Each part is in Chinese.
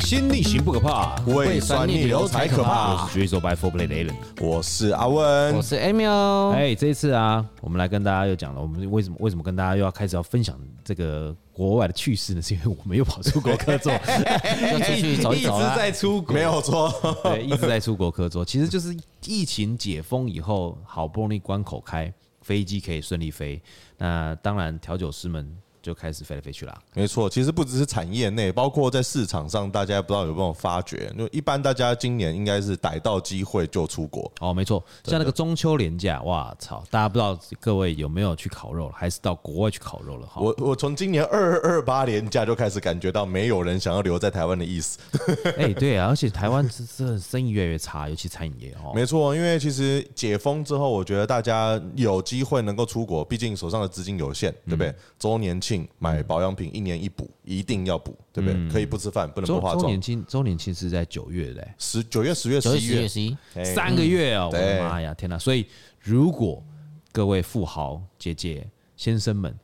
心逆行不可怕，胃酸逆流才可怕我。是 Drizzle by Four Play 的 Alan。我是阿温我，是 Emil，哎，这一次啊，我们来跟大家又讲了，我们为什么为什么跟大家又要开始要分享这个国外的趣事呢？是因为我们又跑出国客座， 要出去走一走直啦。在出国，没有错，对，一直在出国客座，其实就是疫情解封以后，好不容易关口开，飞机可以顺利飞，那当然调酒师们就开始飞来飞去啦。没错。其实不只是产业内，包括在市场上，大家不知道有没有发觉，就一般大家今年应该是逮到机会就出国。哦，没错，像那个中秋连假，哇操！大家不知道各位有没有去烤肉，还是到国外去烤肉了哈？我我从今年二二二八年假就开始感觉到没有人想要留在台湾的意思。哎、对啊，而且台湾这这生意越来越差，尤其餐饮业哦。没错，因为其实解封之后，我觉得大家有机会能够出国，毕竟手上的资金有限，对不对？周年庆买保养品一年一补，一定要补，对不对？可以不吃饭，不能不周化周妆年。庆，周年庆是在九月嘞、十九月、十月、九十一月十月月，十一，哎三个月啊！我的对妈呀，天哪！所以如果各位富豪、姐姐、先生们，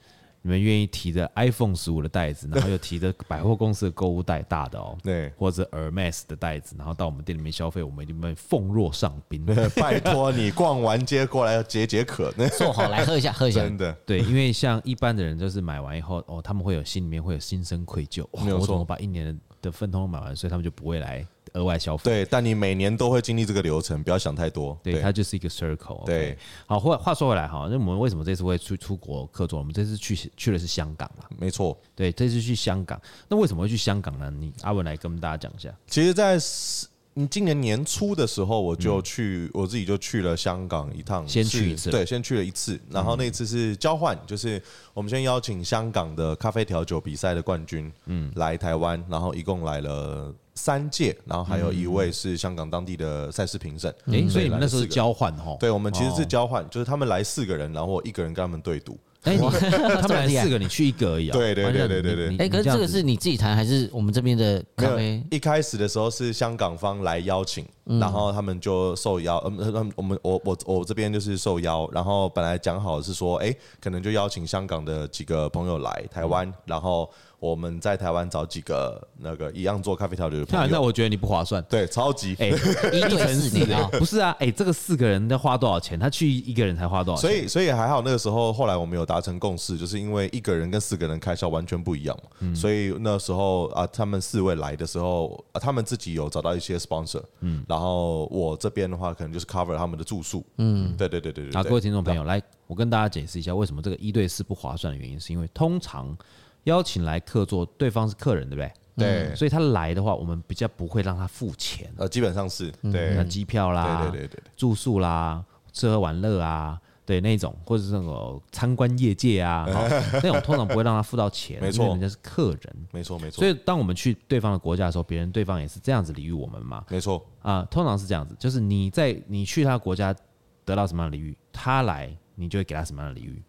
你们愿意提着 iPhone 十五的袋子，然后又提着百货公司的购物袋大的哦， 对或者 Hermes 的袋子，然后到我们店里面消费，我们一定会奉若上宾。 呃拜托你逛完街过来要解解渴，那坐好来喝一下，喝一下。真的。对，因为像一般的人，就是买完以后，哦，他们会有心里面会有心生愧疚，哇，没有我怎错么把一年的份通通买完，所以他们就不会来额外消 费。对，但你每年都会经历这个流程，不要想太多。对，它就是一个 circle。对，好，话话说回来哈，那我们为什么这次会出出国客座？我们这次去去的是香港啦。没错。对，这次去香港，那为什么会去香港呢？你阿文来跟大家讲一下。其实，在十嗯今年年初的时候，我就去，我自己就去了香港一趟，嗯先去是一次对，先去了一次。然后那一次是交换，就是我们先邀请香港的咖啡调酒比赛的冠军，嗯，来台湾，然后一共来了三届，然后还有一位是香港当地的赛事评审。诶，所以嗯来你们了那时候是四个交换哦哈？对，我们其实是交换，就是他们来四个人，然后我一个人跟他们对赌。哎，你他 这么们来厉害四个，你去一个而已啊。 对对完对了对对你对你哎，可是你这样个子是你自己谈还是我们这边的没咖有啡？一开始的时候是香港方来邀请，然后他们就受邀，嗯，他们我们我我我这边就是受邀，然后本来讲好是说，哎、可能就邀请香港的几个朋友来台湾，然后我们在台湾找几个那个一样做咖啡调酒的朋看来那友，我觉得你不划算。对，超级。哎，一对真四是点的啊，， 不是啊，哎，这个四个人要花多少钱？他去一个人才花多少钱？所以，所以还好，那个时候后来我们有达成共识，就是因为一个人跟四个人开销完全不一样嘛，嗯所以那时候啊，他们四位来的时候、啊，他们自己有找到一些 sponsor，嗯，然后我这边的话，可能就是 cover 他们的住宿，嗯，对对对对对啊，对，各位听众朋友，来，我跟大家解释一下为什么这个一对四不划算的原因，是因为通常邀请来客座，对方是客人，对不对？嗯对所以他来的话，我们比较不会让他付钱，啊呃，基本上是那对，机票啦，对对对对对住宿啦，吃喝玩乐啊。对那种，或者是那种参观业界啊， 哈那种通常不会让他付到钱，没错因为人家是客人。没错没错所，以当我们去对方的国家的时候，别人对方也是这样子礼遇我们嘛。没错，啊、通常是这样子，就是你在你去他国家得到什么样的礼遇，他来你就会给他什么样的礼遇。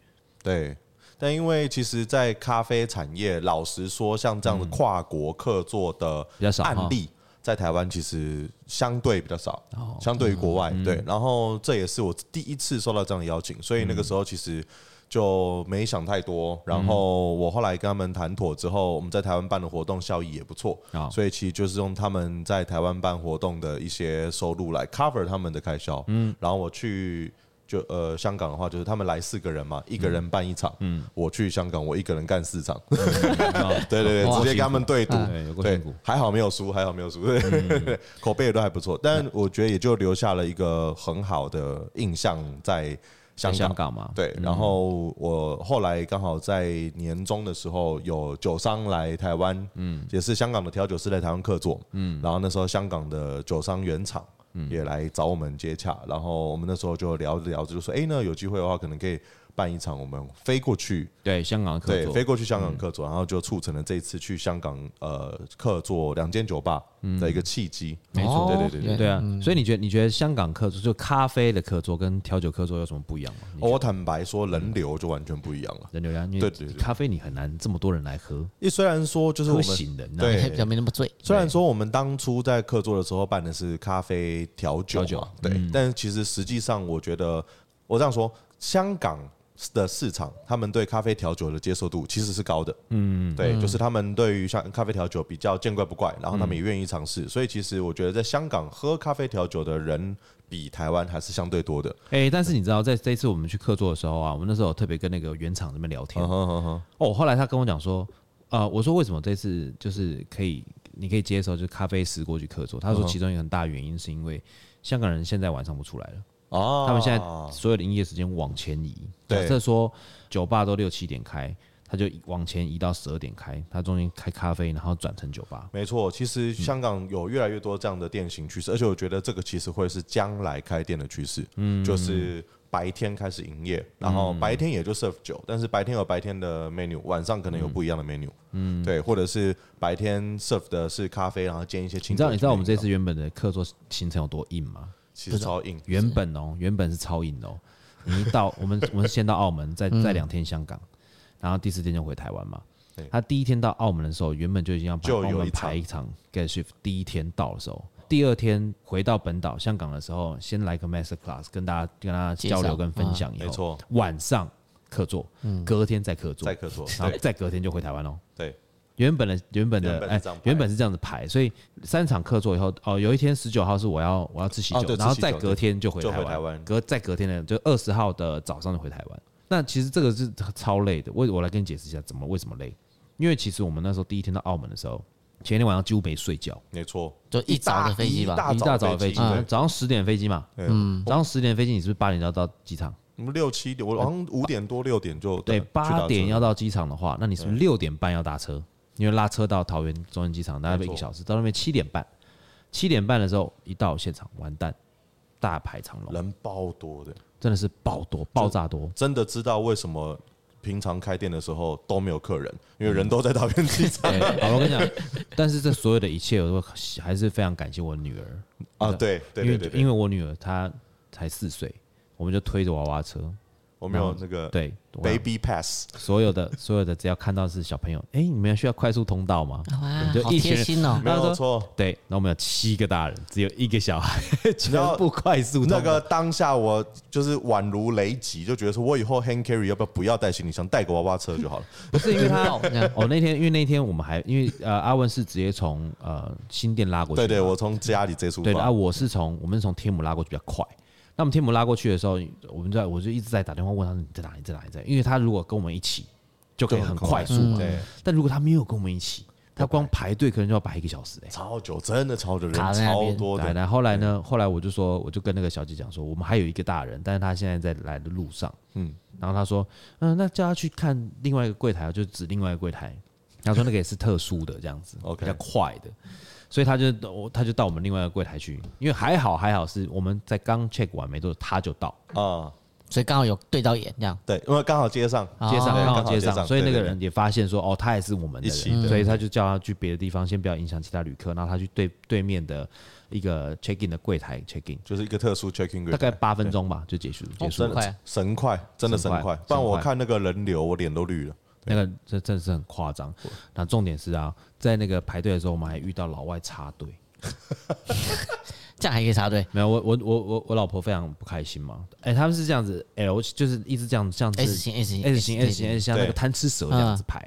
对。但因为其实，在咖啡产业，老实说，像这样的跨国客座的嗯比较少哈案例，在台湾其实相对比较少，相对于国外对。然后这也是我第一次收到这样的邀请，所以那个时候其实就没想太多。然后我后来跟他们谈妥之后，我们在台湾办的活动效益也不错哦，所以其实就是用他们在台湾办活动的一些收入来 cover 他们的开销。嗯，然后我去。就呃，香港的话，就是他们来四个人嘛，一个人办一场。嗯，我去香港，我一个人干四场。 对对对，啊哇直接跟他们对赌。对，有过辛哎苦。嗯还好没有输，还好没有输，对， 口碑也都还不错。但我觉得也就留下了一个很好的印象在香在港香。港嗯嘛，对，然后我后来刚好在年中的时候有酒商来台湾，嗯，也是香港的调酒师来台湾客座，嗯，然后那时候香港的酒商原厂。嗯也来找我们接洽，然后我们那时候就聊着聊着就说，哎、那有机会的话，可能可以办一场，我们飞过去对香港的客对，座嗯飞过去香港客座，然后就促成了这一次去香港呃客座两间酒吧的一个契机。没错对对对对。原对啊，所以你觉得你觉得香港客座就咖啡的客座跟调酒客座有什么不一样吗？你觉得我坦白说，人流就完全不一样了。人流量，因哦对为对对咖啡你很难这么多人来喝，因为虽然说就是我喝们醒人啊。对比较没哎那么醉。虽然说我们当初在客座的时候办的是咖啡调酒嘛，啊嗯调酒对，但其实实际上我觉得，我这样说，香港的市场，他们对咖啡调酒的接受度其实是高的。嗯，对，就是他们对于像咖啡调酒比较见怪不怪，然后他们也愿意尝试。所以其实我觉得在香港喝咖啡调酒的人比台湾还是相对多的。哎、但是你知道，在这一次我们去客座的时候啊，我们那时候有特别跟那个原厂那边聊天。嗯哼哼哼，哦，后来他跟我讲说，呃，我说为什么这次就是可以，你可以接受就是咖啡师过去客座？他嗯说其中一个很大原因是因为香港人现在晚上不出来了，哦，他们现在所有的营业时间往前移。对假设说酒吧都六七点开，他就往前移到十二点开，他中间开咖啡，然后转成酒吧。没错，其实香港有越来越多这样的店型趋势，而且我觉得这个其实会是将来开店的趋势，嗯，就是白天开始营业，然后白天也就 serve 酒，但是白天有白天的 menu，晚上可能有不一样的 menu，嗯，对，或者是白天 serve 的是咖啡，然后煎一些你清酒之知道类的。你知道我们这次原本的客座行程有多硬吗？其实超硬，原本哦，原本是超硬的哦。你一 到我们，我们先到澳门，再嗯再两天香港，然后第四天就回台湾嘛对。他第一天到澳门的时候，原本就已经要把就有澳门一场排一场 get shift。第一天到的时候，第二天回到本岛香港的时候，先来个 master class，跟大家跟大家介绍交流跟分享以后，嗯没错，晚上客座，隔天再客座在，客座，然后对再隔天就回台湾喽。对，原本的原本的原本是哎这样排，原本是这样子排，所以三场课做以后，哦，有一天十九号是我要我要吃喜哦酒，对然后吃喜酒再隔天就回就台回台湾，湾隔再隔天呢就二十号的早上就回台湾。那其实这个是超累的，我我来跟你解释一下怎么为什么累，因为其实我们那时候第一天到澳门的时候，前一天晚上几乎没睡觉，没错，就一早的飞机吧，大一大早的飞飞机机，嗯对早上十点飞机嘛，嗯，早上十点飞机你是不是八点就要到机场？我们六七点，我好像五点多六点就对，呃去搭八点车要到机场的话，那你是不是六点半要搭车？因为拉车到桃园中央机场大概没一错个小时，到那边七点半，七点半的时候一到现场，完蛋，大排长龙，人爆多的，真的是爆多爆炸多。真的知道为什么平常开店的时候都没有客人，因为人都在桃园机 场。对，好，我跟你讲，但是这所有的一切，我都还是非常感谢我女儿，啊，对对因对为对对，因为我女儿她才四岁，我们就推着娃娃车，我们有那个嗯对我呃 baby pass，所有的所有的只要看到是小朋友，哎，你们需要快速通道吗？哇你，就好一群贴人心哦。没有错。对，然后我们有七个大人，只有一个小孩， 全然后部快速通那个当下我就是宛如雷击，就觉得说我以后 hand carry 要不要不要带行李箱，带个娃娃车 就好了。不是因为他到这样哦，那天因为那天我们还因为呃阿文是直接从呃新店拉过去对嘛，对，我从家里这出对的啊，发，我是从我们是从天母拉过去比较快。那我们天母拉过去的时候，我们在我就一直在打电话问他你在哪里在哪里在哪里，因为他如果跟我们一起就可以就很快很嗯快速嘛，对，但如果他没有跟我们一起，他光排队可能就要排一个小时哎、超久，真的超久，人卡在那超边多对，的。然后后来呢？后来我就说，我就跟那个小姐讲说，我们还有一个大人，但是他现在在来的路上。嗯嗯，然后她说，嗯、那叫他去看另外一个柜台，就指另外一个柜台。她说那个也是特殊的，这样子 OK 比较快的。所以他就我他就到我们另外一个柜台去，因为还好还好是我们在刚 check 完没多久他就到，啊， 所以刚好有对到眼这样。对，因为刚好接上，街上对刚好啊刚好哦街街上上，所以那对个对人也发现说，哦，他也是我们的一起人，所以他就叫他去别的地方，先不要影响其他旅客，然后他去对对面的一个 check in 的柜台 check in，就是一个特殊 checking rate 大概八分钟吧就结束结束真了。的快神快，真的神神快快。不然我神快看那个人流，我脸都绿了。那个这真的是很夸张。那重点是啊，在那个排队的时候，我们还遇到老外插队。这样还可以插队。没有，我我我我我老婆非常不开心嘛。哎、他们是这样子，L 就是一直这样像 S 是型 S 型 S 型 S 型 S 型像那对个贪吃蛇这样子排。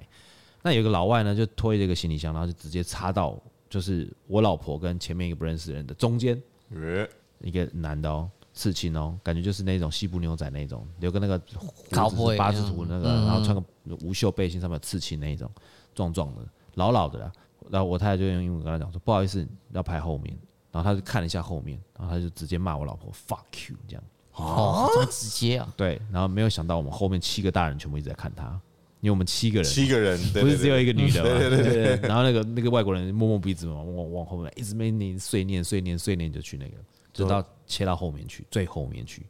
那有一个老外呢，就推着一个行李箱，然后就直接插到就是我老婆跟前面一个不认识的人的中间，呃一个男的哦，刺青哦，感觉就是那种西部牛仔那种，留个那个胡 Cowboy 子八字胡那个，然后穿个无袖背心，上面有刺青那种，壮壮的，老老的啦。然后我太太就用英文跟他讲说：“不好意思，要排后面。”然后他就看了一下后面，然后他就直接骂我老婆 “fuck you” 这样。哦，这么直接啊！对，然后没有想到我们后面七个大人全部一直在看他，因为我们七个人七个人， 对不对是只有对，一个女的嘛？对对对然后那个那个外国人摸摸鼻子嘛，往往后面一直没你碎念碎念碎念就去那个，就到切到后面去，最后面去，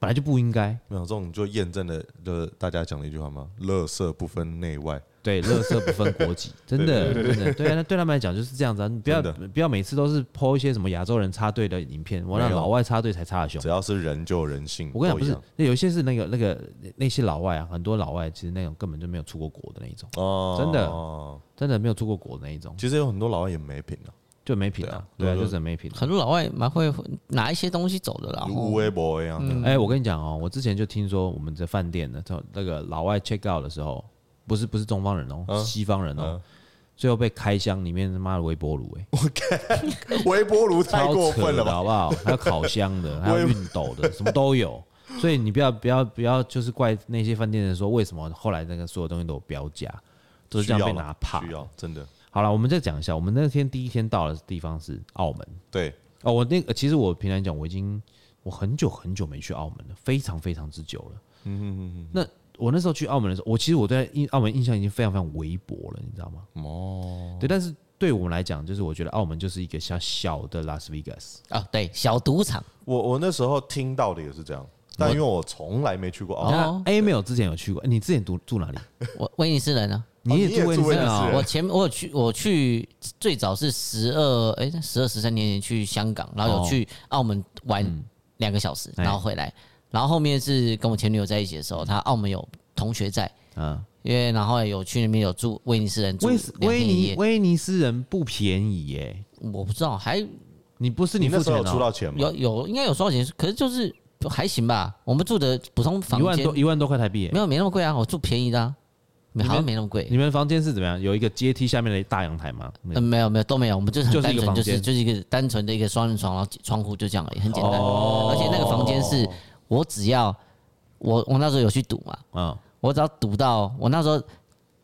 本来就不应该。没有这种就验证了，就是大家讲的一句话嘛，乐色不分内外。 对，垃圾不分国籍， 真的，真的，对啊，那对他们来讲就是这样子啊，你不要真不要每次都是抛一些什么亚洲人插队的影片，我那没有老外插队才插的凶只。要是人就有人性。我跟你讲，不都一是样，那有一些是那个那个那些老外啊，很多老外其实那种根本就没有出过国的那一种，哦，真的真的没有出过国的那一种，其实有很多老外也没品啊，就没品对啊啊，对啊，就就是是没品。很多老外蛮会拿一些东西走的啦。无吼微博一样。哎、我跟你讲哦，我之前就听说我们在饭店的，从那个老外 check out 的时候，不是不是中方人哦，嗯西方人哦，最后被开箱里面他妈的微波炉、哎，微波炉 太超过扯分了的吧？好 不好？还有烤箱的，还有熨斗的，什么都有。所以你不要不要不要，就是怪那些饭店的人说为什么后来那个所有东西都有标价，都是需这要样被了拿怕。需要真的好了，我们再讲一下，我们那天第一天到的地方是澳门对，哦。我那个其实我平常讲，我已经我很久很久没去澳门了，非常非常之久了。嗯嗯嗯。那我那时候去澳门的时候，我其实我对印澳门印象已经非常非常微薄了，你知道吗？哦，对，但是对我们来讲，就是我觉得澳门就是一个小小的拉斯维加斯。啊，对，小赌场我我那时候听到的也是这样，但因为我从来没去过澳门，那哦 A 没有之前有去过，欸你之前住住哪里？我威尼斯人啊呢？你也哦你也住威住尼斯威尼斯啊对？我前我有去我去最早是十二哎十二十三年前去香港，然后哦有去澳门玩两个小时，哎然后回来，然后后面是跟我前女友在一起的时候，她澳门有同学在，啊，因为然后有去那边有住威尼斯人住威斯两威天一尼夜，威尼斯人不便宜耶、我不知道还你不是你那付时候钱哦有出的、到钱吗？有有应该有收到钱，可是就是还行吧。我们住的普通一房万间多一万多块台币耶、没有没那么贵啊，我住便宜的、啊，没们好像没那么贵。你们房间是怎么样？有一个阶梯下面的大阳台吗？嗯，没有没有都没有，我们就是就很是一单个纯，房就是间就是一个单纯的一个双人床，然后窗户就这样而已，很简单。哦而且那个房间是我只要我我那时候有去赌嘛，嗯，我只要赌到我那时候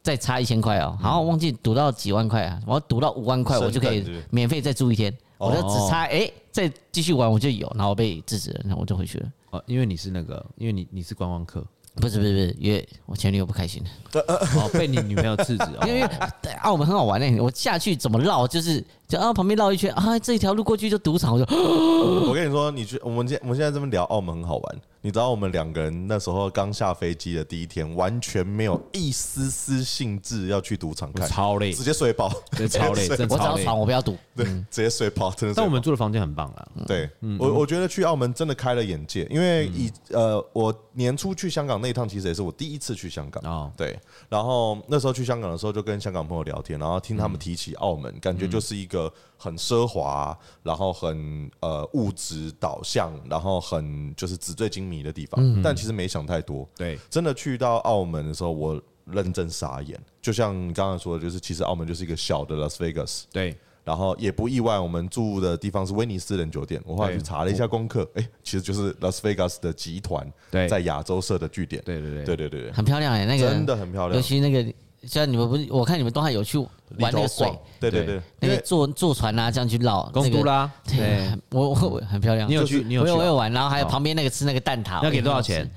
再差一千块哦，好像忘记赌到几万块啊，我要赌到五万块，升我就可等是不以是免费再住一天，哦我就只差哎、再继续玩我就有，然后我被制止了，然后我就回去了。哦，因为你是那个，因为你你是观光客，不是不是不是，因为我前女友不开心，哦， 被你女朋友制止，哦因为对澳门很好玩呢、我下去怎么绕就是就啊旁边绕一圈啊这一条路过去就赌场，我就我跟你说，你去我们现我们现在这边聊澳门很好玩，你知道我们两个人那时候刚下飞机的第一天，完全没有一丝丝兴致要去赌场我看，超累直，接睡饱，真的超累，真的我只超要累。闯，我不要赌。对，直接睡饱，真的睡饱。嗯但我们住的嗯房间很棒啦，对，我我觉得去澳门真的开了眼界，因为以嗯呃，我年初去香港那一趟，其实也是我第一次去香港。哦，对，然后那时候去香港的时候，就跟香港朋友聊天，然后听他们提起澳门，感觉就是一个很奢华，然后很呃物质导向，然后很就是纸醉金迷的地嗯方。但其实没想太多，对，真的去到澳门的时候，我认真傻眼。就像你刚刚说的，就是其实澳门就是一个小的 Las Vegas。对，然后也不意外，我们住的地方是威尼斯人酒店。我后来去查了一下功课，哎，其实就是 Las Vegas 的集团对在亚洲设的据点。对对对对对对很漂亮哎、那对，个真的很漂亮尤。其那个虽然你们不是，我看你们都还有去玩那里个头水逛，，对对对对，因那个为坐坐船啊，这样去绕公都，啦，那个对对，，我我我很漂亮。你有就是去你有我去有哦我有玩，然后还有旁边那个吃那个蛋挞，要给哎多少？很钱好？吃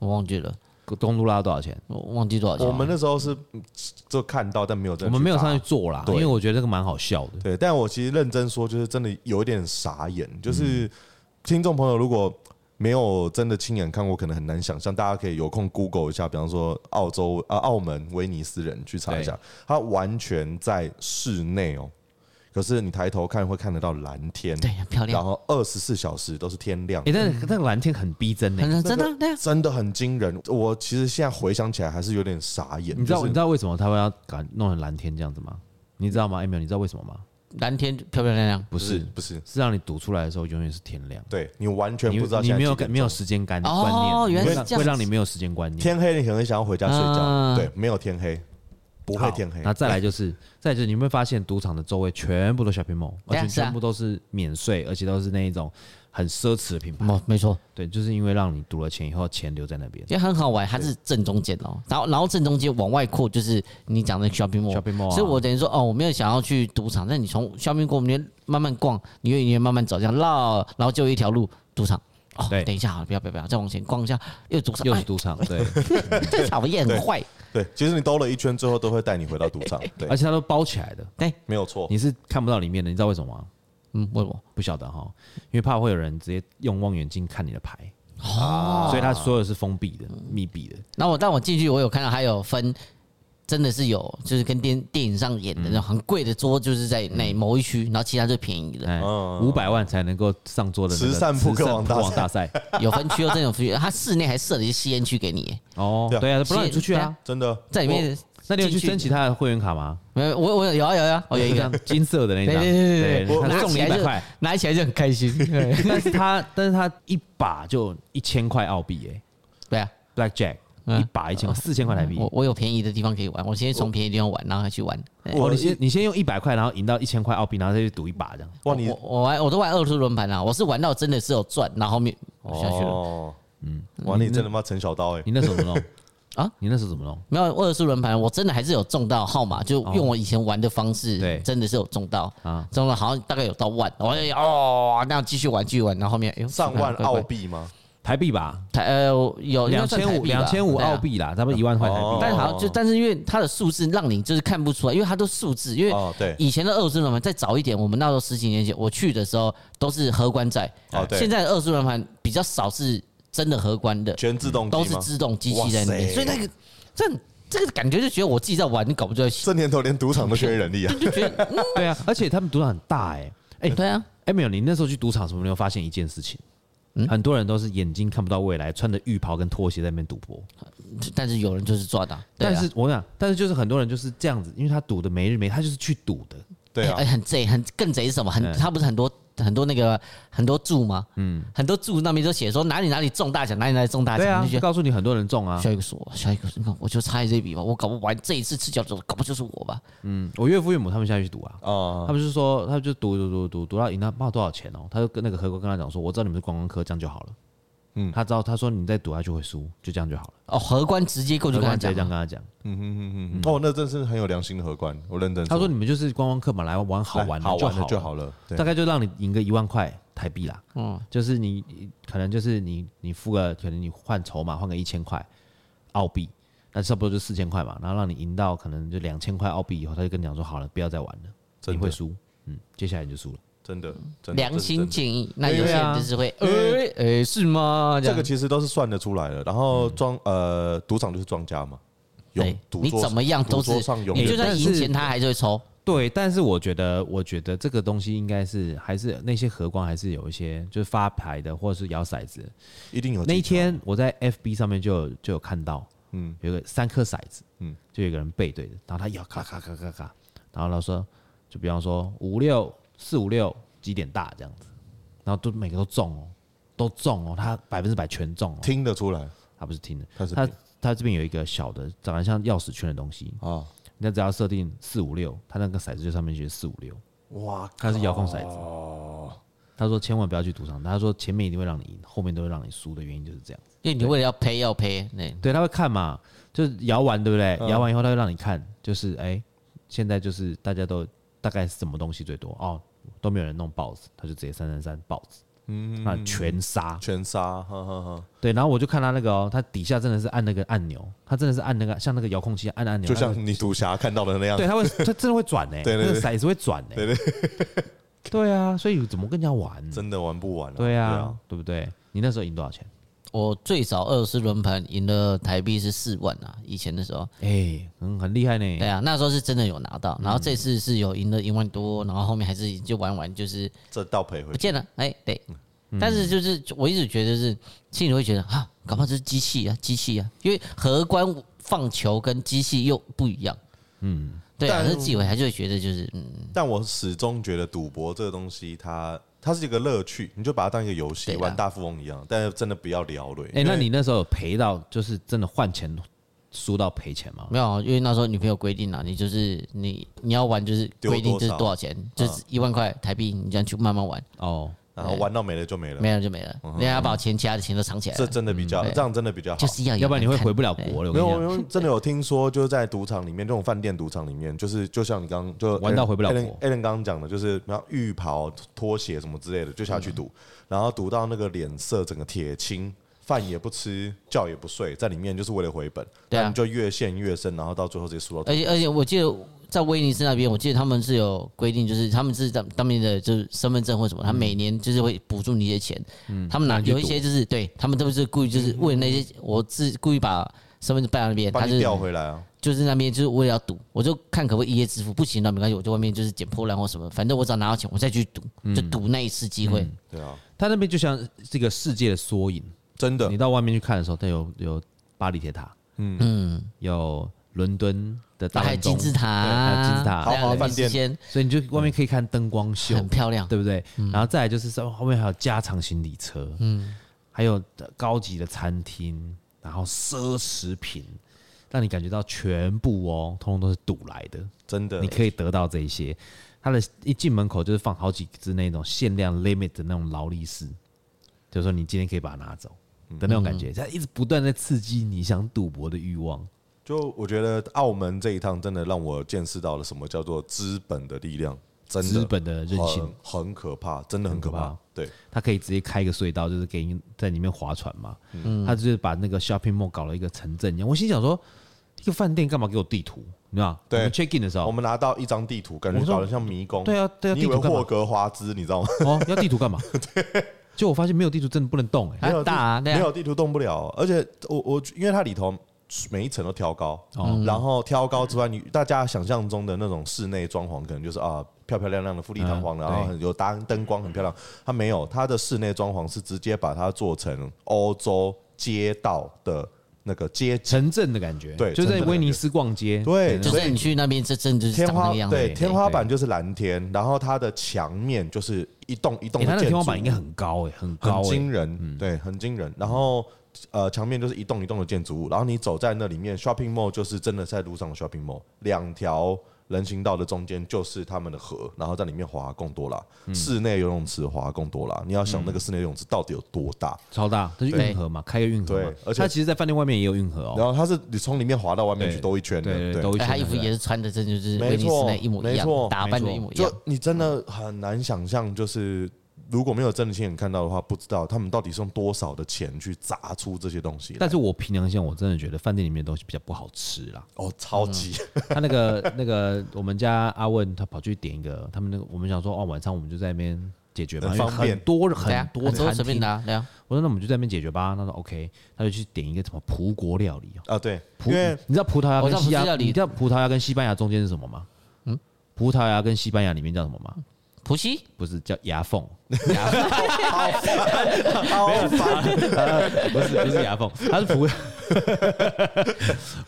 我忘记了，公都拉多少钱？我忘记多少钱。我们那时候是嗯就看到，但没有真的我们没有去查上去做啦，因对为我觉得这个蛮好笑的。对，但我其实认真说，就是真的有一点傻眼。嗯就是听众朋友如果没有真的亲眼看过，可能很难想象。大家可以有空 Google 一下，比方说澳洲啊、澳门威尼斯人去查一下，它完全在室内哦。可是你抬头看会看得到蓝天，对，很漂然亮，后二十四小时都是天亮哎、，但是那个蓝天很逼真呢、很真的对啊。真的很惊人。我其实现在回想起来还是有点傻眼。你知道、就是你知道为什么他们要敢弄成蓝天这样子吗？你知道吗？Emil，你知道为什么吗？蓝天漂漂亮亮，不是，不是？是让你读出来的时候永远是天亮，对你完全你不知道你现在没有几点没有钟时间感哦观念，原来会是让这样会让子你没有时间观念。天黑，你可能想要回家睡觉，啊对，没有天黑，不会好天黑。那再来就是，再来就是，你有没有发现赌场的周围全部都 shopping mall，而对啊且是啊全部都是免税，而且都是那一种很奢侈的品牌。没没错，对，就是因为让你赌了钱以后，钱留在那边。也很好玩。它是正中间哦，然后然后正中间往外扩就是你讲的 shopping mall。 shopping mall，啊所以我等于说，哦，我没有想要去赌场，但你从消面过，我们就慢慢逛，你越你越慢慢走，这样绕，然后就有一条路赌场。哦对，等一下好了，不要不要不要，再往前逛一下，又赌场，又哎是，赌场，对，这讨厌，很坏。对，其实你兜了一圈，最后都会带你回到赌场， 对而，且它都包起来的，没有错。啊你是看不到里面的，你知道为什么吗？嗯，为什么？不晓得哈，因为怕会有人直接用望远镜看你的牌，哦，所以它所有是封闭的、密闭的。然后我但我进去，我有看到还有分真的是有，就是跟电电影上演的嗯那种很贵的桌，就是在那某一区，然后其他就便宜的，哎，五百万才能够上桌的那个嗯慈善扑克王大赛慈善大赛。有分区哦，真的有分区。他室内还设了一些吸烟区给你，哦，对啊对啊，不让你出去对啊啊。真的在里面。那你有去申请？他的会员卡吗？没有，我我有啊有啊，我有一 个，金色的那一张，对对对对对他我送你拿一起来百就块，拿起来就很开心。对但是他但是他一把就一千块澳币哎对啊， ，Black Jack 嗯哦一把一千四千块台币我。我有便宜的地方可以玩，我先从便宜的地方玩，然后去玩。对哦，你先你先用一百块，然后赢到一千块澳币，然后再去赌一把这 样。哇，你我我玩我都玩二十轮盘啦，啊我是玩到真的是有赚，然后后面我下去了。哦，嗯，哇，你真他妈陈小刀哎，你那时候怎么弄啊？你那时候怎么弄？没有二十轮盘，我真的还是有中到号码，就用我以前玩的方式，对真的是有中到啊啊，中了好像大概有到万，我就哦，那继续玩继续玩，然后后面哎呦上万怪怪澳币吗？台币吧，台呃有两千五两千五澳，币啦，差不多一万块台哦币。应该算台币吧对啊但好像就但是因为它的数字让你就是看不出来，因为它都数字，因为哦，对，以前的二十轮盘再早一点，我们那时候十几年前我去的时候都是荷官在，哦对现在的二十轮盘比较少是真的荷官的，全自动机吗都是自动机器在里哇面，塞所以那个这这个感觉就觉得我自己在玩，你搞不就这年头连赌场都缺人力啊！就觉得嗯对啊，而且他们赌场很大哎。哎，对啊，哎，没有，你那时候去赌场，什么没有发现一件事情？很多人都是眼睛看不到未来，穿着浴袍跟拖鞋在那边赌博。但是有人就是赚到，对啊但是我想，但是就是很多人就是这样子，因为他赌的没日没，他就是去赌的。对啊嗯哎，哎，很贼，很更贼是什么？很他不是很多很多那个很多注吗？嗯，很多注那边都写说哪里哪里中大奖，哪里哪里中大对奖，啊你就，觉得。告诉你很多人中啊下。一个是我，下一个是你看，我就差这一笔吧，我搞不完这一次赤脚走，搞不就是我吧？嗯，我岳父岳母他们现在去赌啊，啊他们就说，他们就赌赌赌赌赌到赢他不知道多少钱哦，他就跟那个何哥跟他讲说，我知道你们是观光客，这样就好了。嗯，他知道，他说你再赌下去会输，就这样就好了。哦，荷官直接过去何跟他官直接讲这样嘛，跟他讲，嗯哦，那真是很有良心的荷官，我认真。他说你们就是观光客嘛，来玩好来玩好就玩的就好好了，了，对大概就让你赢个一万块台币啦。嗯，就是你可能就是你你付个可能你换筹码换个一千块澳币，那差不多就四千块嘛，然后让你赢到可能就两千块澳币以后，他就跟你讲说好了，不要再玩了，真你的会输，嗯，接下来你就输了。真的，真的良心。这是真的建议。那对有些啊人就是会，哎哎，是吗？这样个其实都是算得出来的。然后庄呃，赌场就是庄家嘛，有对，啊赌你桌怎么样赌都是桌上，永你远就算赢钱，他还是会抽。对，但是我觉得，我觉得这个东西应该是还是那些和光还是有一些就是发牌的或者是摇骰子。一定有那技一巧天我在 FB 上面就有就有看到，嗯嗯，有个三颗骰子，嗯嗯，就有一个人背对着，然后他摇咔咔咔咔咔，然后他说，就比方说五六四五六几点大这样子，然后都每个都中哦，都中哦，他百分之百全中哦，听得出来他不是听的，他是他他这边有一个小的长得像钥匙圈的东西，啊，你只要设定四五六，他那个骰子就上面写四五六。哇，他是遥控骰子。他说千万不要去赌场，他说前面一定会让你赢，后面都会让你输的原因就是这样。因为你为了要赔要赔，那对，他会看嘛，就是摇完对不对？嗯摇、完以后他会让你看，就是哎、现在就是大家都大概是什么东西最多哦，都没有人弄豹子，他就直接三三三豹子，嗯，那全杀。全杀，哈哈哈，对，然后我就看他那个哦，他底下真的是按那个按钮，他真的是按那个像那个遥控器按按钮，就他像会你赌侠看到的那样对，。他会他真的会转呢、对对那个对骰子会转呢、对对啊，所以怎么跟人家玩？真的玩不完了。对啊，，对不对？你那时候赢多少钱？我最少二十轮盘赢了台币是四万啊，以前的时候。哎、嗯，很厉害呢。对啊，那时候是真的有拿到，嗯然后这次是有赢了一万多，然后后面还是就玩玩就是这倒赔回不见了，哎、对。嗯但是就是我一直觉得是心里会觉得啊，搞不好这是机器啊，机器啊，因为荷官放球跟机器又不一样。嗯，对啊，但可是自己还是会觉得就是嗯，但我始终觉得赌博这个东西它，它是一个乐趣，你就把它当一个游戏，对啊玩大富翁一样。但是真的不要聊了。哎、那你那时候有赔到，就是真的换钱输到赔钱吗？没有，因为那时候女朋友规定了，你就是你你要玩就是丢规定就是多少嗯多少钱，就是一万块台币，你这样去慢慢玩，哦，然后玩到没了就没了，没了就没了，人家把我钱其他的钱都藏起来嗯这了，真的比较，嗯对这样真的比较好。就是要有要不然你人会看回不了国了。我没跟有你没讲，有，真的有听说，就是在赌场里面，这种饭店赌场里面，就是就像你刚刚就玩到回不了国 Alan 刚刚讲的，就是然后浴袍、拖鞋什么之类的，就下去嗯赌，然后赌到那个脸色整个铁青，饭也不吃，觉也不睡，在里面就是为了回本，对啊那你就越陷越深，然后到最后直接输到。而且而且我记得在威尼斯那边，我记得他们是有规定，就是他们是当当面的就是身份证或嗯什么，他每年就是会补助你一些钱。他们拿有一些就是嗯对他们都是故意就是为了那些，我是故意把身份证办到那边，把哎他就你是调回来啊！就是那边就是为了要赌，我就看可不可以一夜致富，不行那没关系，我就外面就是捡破烂或什么，反正我只要拿到钱，我再去赌，嗯就赌那一次机会。对啊，它那边就像这个世界的缩影。真的你，到外面去看的时候，它有有巴黎铁塔，嗯有伦敦的大还有笨钟金字塔，啊对还有金字好塔，豪华饭店店所以你就外面可以看灯光秀，很漂亮。嗯对不对？然后再来就是说后面还有加长行李车，嗯，还有高级的餐厅，然后奢侈品，让你感觉到全部哦，通通都是赌来的，真的你，可以得到这一些。它的一进门口就是放好几只那种限量 limit 的那种劳力士，就是说你今天可以把它拿走的那种嗯感觉，它一直不断在刺激你想赌博的欲望。就我觉得澳门这一趟真的让我见识到了什么叫做资本的力量，真的资本的韧性很很可怕，真的很可很可怕怕。对，它可以直接开一个隧道，就是给你在里面划船嘛。嗯他就是把那个 shopping mall 搞了一个城镇一样。我心想说，一个饭店干嘛给我地图？你知道吗？对我们 check in 的时我候，们拿到一张地图，感觉哦我说搞得像迷宫。对啊对啊你以为地图干嘛霍格华兹，你知道吗？哦，要地 图干嘛？就我发现没有地图真的不能动哎、啊没有地大啊对啊没有地图动不了。而且我我因为它里头每一层都挑高，哦嗯然后挑高之外，你大家想象中的那种室内装潢，可能就是啊漂漂亮亮的富丽堂皇的，嗯然后有搭灯光很漂亮。它没有，它的室内装潢是直接把它做成欧洲街道的那个街景。城镇的感觉，对就在城镇的感觉威尼斯逛街，对就所是以你去那边，这真的就是天长那花个样子。对对天花板就是蓝天，然后它的墙面就是一栋一栋哎、的它建的筑，啊天花板应该很高哎、很很高哎、惊人，对，很惊人。然后呃，墙面就是一栋一栋的建筑物，然后你走在那里面，shopping mall 就是真的在路上的 shopping mall，两条人行道的中间就是他们的河，然后在里面滑贡多拉，嗯室内游泳池滑贡多拉，你要想那个室内游泳池到底有多大，超大，这是运河嘛，开个运河嘛对。而且它其实，在饭店外面也有运河然哦，后它是你从里面滑到外面去对兜一圈的，对对对，。都哎，他衣服也是穿的，真的就是没威尼斯错那一模一没样错，打扮的一模一就样。你真的很难想象，就是如果没有真的亲眼看到的话，不知道他们到底是用多少的钱去砸出这些东西来。但是我凭良心，我真的觉得饭店里面的东西比较不好吃 啦。哦，超级、他那个那个，我们家阿问他跑去点一个，他们那个我们想说哦，晚上我们就在那边解决吧，很因为方便很多对啊很多很多餐随便厅。拿，对啊，我说那我们就在那边解决吧。他说 OK，他就去点一个什么葡国料理哦，啊，对，葡因 为你知道葡萄牙我跟知道西葡萄牙班料理嗯你知道葡萄牙跟西班牙中间是什么吗？葡萄牙跟西班牙里面叫什么吗？普西不是叫牙缝，好烦，好烦，不是不是牙 缝，它是葡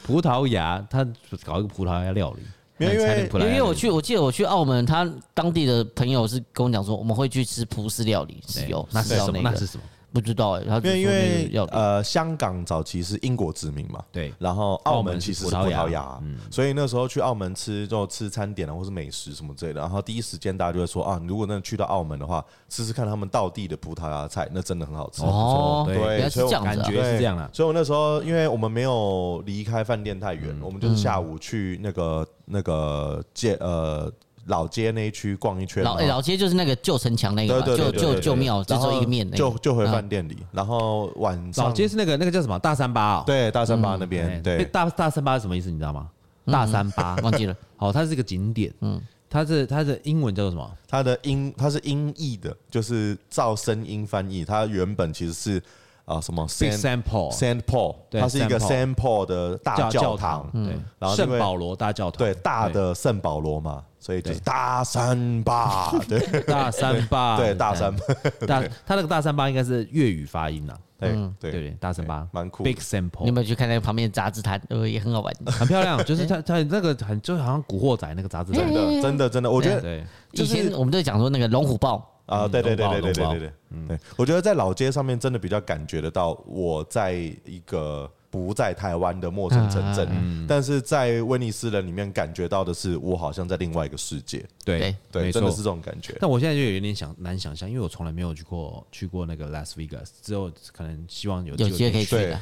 葡萄牙，它搞一个葡萄牙料理，没有因为才能葡萄牙料因理为我去，我记得我去澳门，他当地的朋友是跟我讲说，我们会去吃葡式料理，是对有，那是有什么？那那个是什么？不知道哎，他因就为说因那个为料理呃，香港早期是英国殖民嘛，对然后澳门其实是葡澳萄门是葡牙萄牙，嗯所以那时候去澳门吃就吃餐点啊，或是美食什么之类的，然后第一时间大家就会说啊，如果真的去到澳门的话，试试看他们道地的葡萄牙菜，那真的很好吃。哦，对原来是所以这我样感子啊觉，是这样啦。所以我那时候，因为我们没有离开饭店太远，我们就是下午去那个那个街呃老街那一区逛一圈，老然后哎老街就是那个旧城墙那个嘛，对对对旧对旧对旧庙，就然做后一个面那就个，就回饭店里，然后晚上老街是那个那个叫什么大三八哦，对嗯大三巴那哎边，被对大大三八是什么意思？你知道吗？嗯大三八，啊忘 记了，好，它是一个景点，嗯，它是它的英文叫做什么？它的音它是音译的，就是照声音翻译，它原本其实是啊什么 Big San Sample San Paul，对它是一个 San Saint Paul 的大教堂，嗯对，然后因圣为保罗大教堂，对大的圣保罗嘛，所以就是大三巴， 对对大三八， 啊对大三巴，大，它那个大三八应该是粤语发音呐，对对不嗯对对，大三八蛮酷的，Big 你有 Sample 没有去看那个旁边的杂志摊？呃，也很好玩， 很漂亮，哎就是它它那个很就好像古惑仔那个杂志，真的真的真的，我觉得对，以就是前我们都讲说那个龙虎豹，啊，对对对对龙包对对龙包对对，对，我觉得在老街上面真的比较感觉得到，我在一个不在台湾的陌生城嗯镇，但是在威尼斯人里面感觉到的是，我好像在另外一个世界，对对对，没真的错是这种感觉。但我现在就有点想难想象，因为我从来没有去过去过那个 Las Vegas，只有可能希望有有机会可以去对的。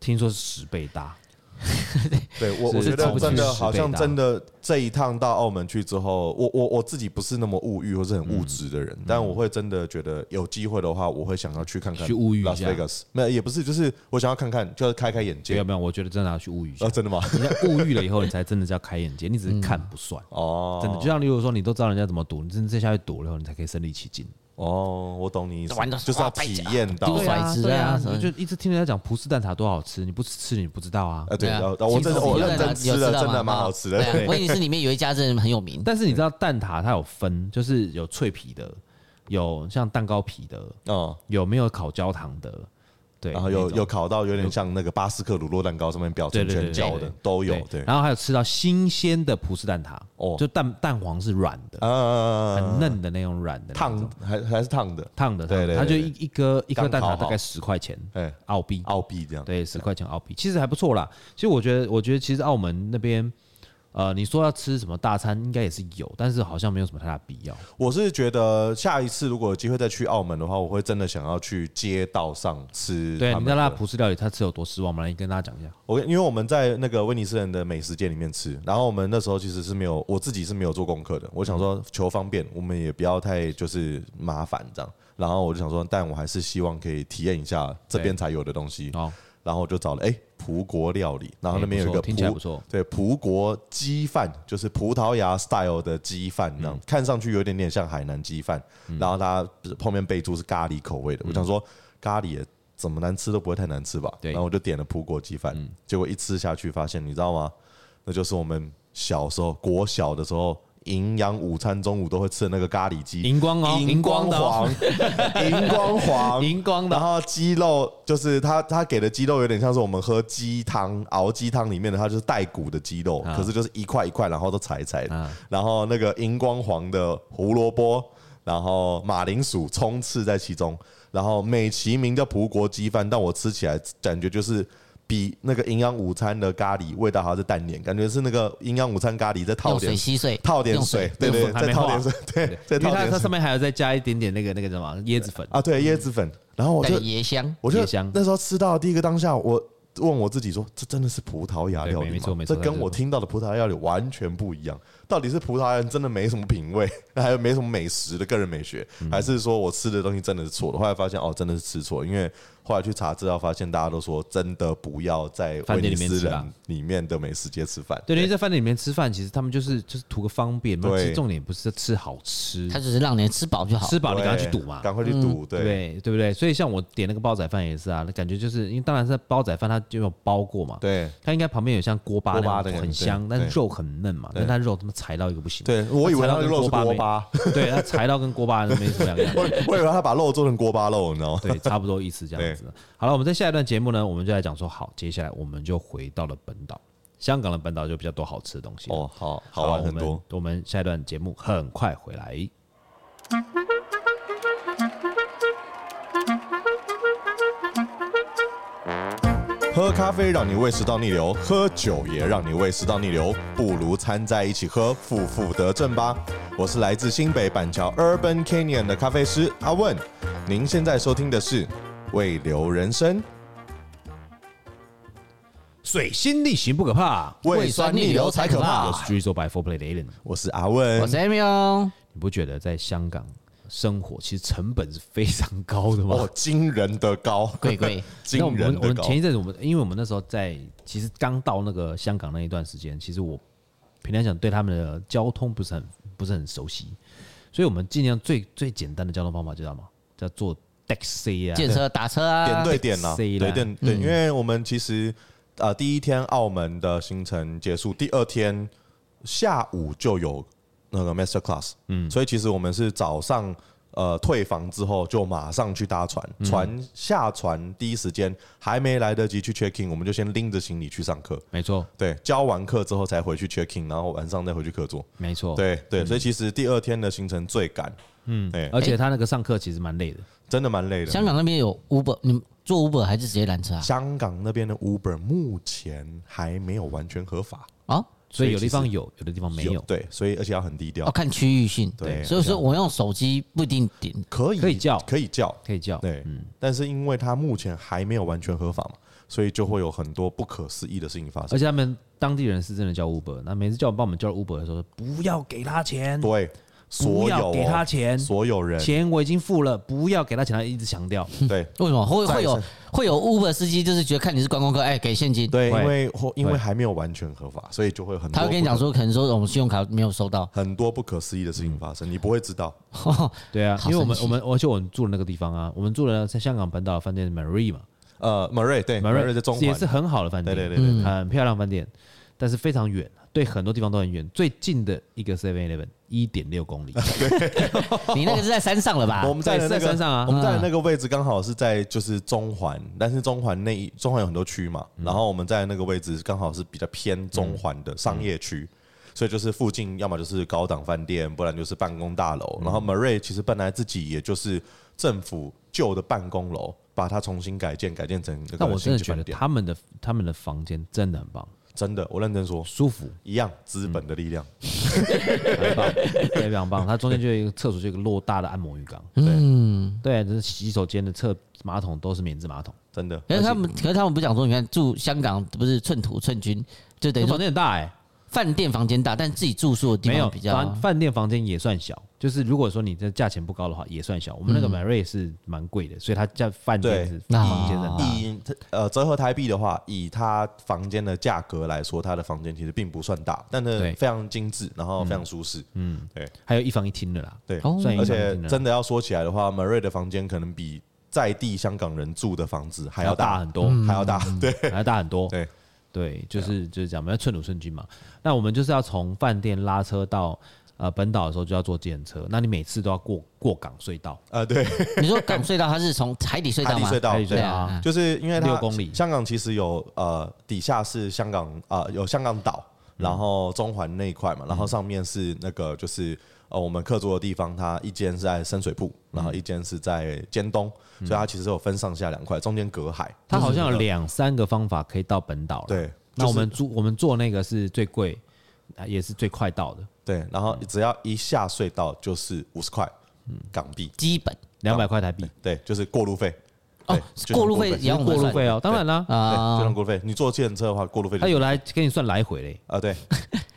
听说是十倍大，对我是我觉是得从真去的十好倍像大真的这一趟到澳门去之后，我我我自己不是那么物欲或嗯是很物质的人，但我会真的觉得有机会的话，我会想要去看看去物欲一 Las 下 Vegas，没有也不是，就是我想要看看，就是开开眼不要界。不要，我觉得真的要去物欲一下啊，。真的吗？你在物欲了以后，你才真的叫开眼界，你只嗯是看不算。哦，真的，就像例如说，你都知道人家怎么赌，你真正下去赌了以后，你才可以身临其境。哦，我懂你意思玩，到就是要哇败体家验到丢对甩啊子对啊啊，什么你就一直听人家讲葡式蛋挞多好吃，你不吃你不知道啊。啊，对，啊然后我真的我认真吃有了，到真的吗蛮好吃的。对啊对威尼斯里面有一家真的很有名，但是你知道蛋挞它有分，就是有脆皮的，有像蛋糕皮的， 哦，有没有烤焦糖的，对，然后有那种有烤到有点像那个巴斯克乳酪蛋糕上面表对层对对全焦对的都有，对，然后还有吃到新鲜的葡式蛋挞，哦就蛋蛋黄是软的，啊很嫩的那种软的那烫种，还还是烫的，烫的，对对烫的对它就对一一颗一颗刚蛋挞烤大概好十块钱哎，澳币，澳币这样，对，十块钱澳币，其实还不错啦。其实我觉得，我觉得其实澳门那边，呃，你说要吃什么大餐，应该也是有，但是好像没有什么太大必要。我是觉得下一次如果有机会再去澳门的话，我会真的想要去街道上吃对，他们你知道那的。葡式料理它吃有多失望吗？来，你跟大家讲一下。我因为我们在那个威尼斯人的美食街里面吃，然后我们那时候其实是没有，我自己是没有做功课的。我想说嗯求方便，我们也不要太就是麻烦这样。然后我就想说，但我还是希望可以体验一下这边才有的东西。哦，然后我就找了哎、葡国料理，然后那边有一哎个不错听起来不葡错，对葡国鸡饭，就是葡萄牙 style 的鸡饭嗯那样，看上去有点点像海南鸡饭，然后它后面备注是咖喱口嗯味的，我想说咖喱也怎么难吃都不会太难吃吧，对嗯然后我就点了葡国鸡饭，结果一吃下去发现，你知道吗？那就是我们小时候国小的时候。营养午餐中午都会吃的那个咖喱鸡，荧光哦荧荧光光的哦黄，荧光黄， 荧光的哦然后鸡肉就是他他给的鸡肉有点像是我们喝鸡汤熬鸡汤里面的，它就是带骨的鸡肉，啊可是就是一块一块，然后都柴柴的啊。然后那个荧光黄的胡萝卜，然后马铃薯充斥在其中，然后美其名叫葡国鸡饭，但我吃起来感觉就是。比那个营养午餐的咖喱味道还要再淡一点，感觉是那个营养午餐咖喱再 套用点水稀碎，套点用水，对 对，用粉还再没套化点水，对，再因为套它点它水上面还要再加一点点那个那个叫什么椰子粉，啊，对，椰子粉。然后我带就点椰香。我就椰香那时候吃到的第一个当下，我问我自己说：“这真的是葡萄牙料理对吗？没错没错这跟我听到的葡萄牙料理完全不一样。到底是葡萄牙人真的没什么品味， 还有没什么美食的个人美学，嗯还是说我吃的东西真的是错的？后来发现哦，真的是吃错，因为后来去查资料发现，大家都说真的不要在饭威店尼里面斯吃啦人里面的美食街吃饭。对，因为在饭店里面吃饭，其实他们就是就是图个方便嘛，对其实重点不是吃好吃它，就是让你吃饱就好。吃饱你对赶快去赌嘛，嗯赶快去赌，对对对不对？所以像我点那个煲仔饭也是啊，那感觉就是因为当然是煲仔饭它就有包过嘛，对。”它应该旁边有像锅巴锅巴那的感种觉很对香，但是对肉很嫩嘛，但它肉他妈柴到一个不行。对，我以为它他的柴到跟肉是巴锅没，巴，对，它柴到跟锅巴没什么两样。我 我以为他把肉做成锅巴肉，你知 道吗？ 对，差不多意思这样子。好了，我们在下一段节目呢，我们就来讲说，好，接下来我们就回到了本岛，香港的本岛就比较多好吃的东西了。哦，好好玩很我多们。我们下一段节目很快回来。喝咖啡让你胃食道逆流，喝酒也让你胃食道逆流，不如掺在一起喝，负负得正吧。我是来自新北板桥 Urban Canyon 的咖啡师阿问，您现在收听的是《胃流人生》，水星逆行不可怕，胃酸逆流才可怕我是 Drizzle by Four Play 的 Alan。我是阿问我，是哦嗯 Emil，你不觉得在香港生活其实成本是非常高的吗？哦，惊人的高，贵贵，那我 惊们人我的们高。前一阵子我们，因为我们那时候在，其实刚到那个香港那一段时间，其实我平常讲对他们的交通不是很不是很熟悉，所以我们尽量最最简单的交通方法，知道吗？叫做 taxi 啊，建车打车啊，点对点啦，嗯 C 啦呃对点对，因为我们其实呃第一天澳门的行程结束，第二天下午就有那个 master class，嗯，所以其实我们是早上。呃，退房之后就马上去搭船，船下船第一时间还没来得及去 check in，我们就先拎着行李去上课。没错对，教完课之后才回去 check in，然后晚上再回去课桌。没错，，对对，所以其实第二天的行程最赶，哦嗯，对，而且他那个上课其实蛮累的，真的蛮累的。哎香港那边有 Uber，你们坐 Uber 还是直接拦车啊？香港那边的 Uber 目前还没有完全合法，啊，所以所有的以地其实方有，有的地方没有，哦对，所以而且要很低调要，哦看区域性。对所以说我用手机不一定顶。可以可以叫嗯可以叫，可以叫。对，但是因为它目前还没有完全合法嘛，所以就会有很多不可思议的事情发而生。且他们当地人是真的叫 Uber，那每次叫我帮我们叫 Uber 的时候，不要给他钱，对，不所有要哦给他钱，所有人钱我已经付了，不要给他钱，他一直强调。对为什么会再会有生会有 Uber 司机就是觉得看你是观光客，哎，给现金。对，会因为或因为会还没有完全合法，所以就会很多他会跟你讲不可说，可能说哦我们信用卡没有收到， 很多不可思议的事情发嗯生，你不会知道。对啊，好因为我们神奇我们而且我们住的那个地方啊，我们住的在香港本岛的饭店 Marie 嘛呃，Marie 对 Marie 在中也环是，很好的饭对店，对对对对很漂亮饭店，但是非常远，对很多地方都很远。最近的一个 Seven Eleven 一点六公里，你那个是在山上了吧我？们在的那在个山上啊我们在的那个位置刚好是在就是中环，但是中环那一中环有很多区嘛，嗯然后我们在那个位置刚好是比较偏中环的商业区。嗯所以就是附近，要么就是高档饭店，不然就是办公大楼。嗯然后 Marie 其实本来自己也就是政府旧的办公楼，把它重新改建，改建成那但我个星真的级觉饭得店。他们的他们的房间真的很棒，真的，我认真说，舒服，一样资本的力量。很棒，非常棒。它中间就有一个厕所，就有一个偌大的按摩浴缸，嗯，对，就是洗手间的厕马桶都是免治马桶，真的，嗯可是他们可是他们不讲说，你看住香港不是寸土寸金，就等于那房说间很大哎、饭店房间大，但自己住宿的地没有方比较饭饭店房间也算小，就是如果说你的价钱不高的话，也算小。我们那嗯个 Marie 是蛮贵的，所以它叫饭店对是房间是很大。以呃折合台币的话，以它房间的价格来说，它的房间其实并不算大，但是对非常精致，然后非常舒适。嗯，对还有一房一厅的啦，对，哦算一哎而房一且厅的啦，真的要说起来的话，Marie 的房间可能比在地香港人住的房子还还要要大大很多，嗯嗯还要大。对还要大很多。对啊对，就是就是这样，我们要寸土寸金嘛。那我们就是要从饭店拉车到呃本岛的时候就要坐电车，那你每次都要过过港隧道，呃，对，你说港隧道它是从海底隧海道底吗隧？道海底隧对道对啊啊，就是因为它六公里香港其实有呃底下是香港啊、呃有香港岛，嗯然后中环那一块嘛，然后上面是那个就是呃我们客座的地方，它一间是在深水嗯埗，然后一间是在尖东，所以它其实有分上下两块，中间隔海。它好像就有是两三个方法可以到本岛了。对那就是我们住我们坐那个是最贵，啊也是最快到的，对，然后只要一下隧道就是五十块港币，基本两百块台币，对，就是过路费。哦对就像过路费也要是过路费哦。当然啦，对，就啊像，过路费，你坐计程车的话，过路费就他有来给你算来回嘞，啊，对，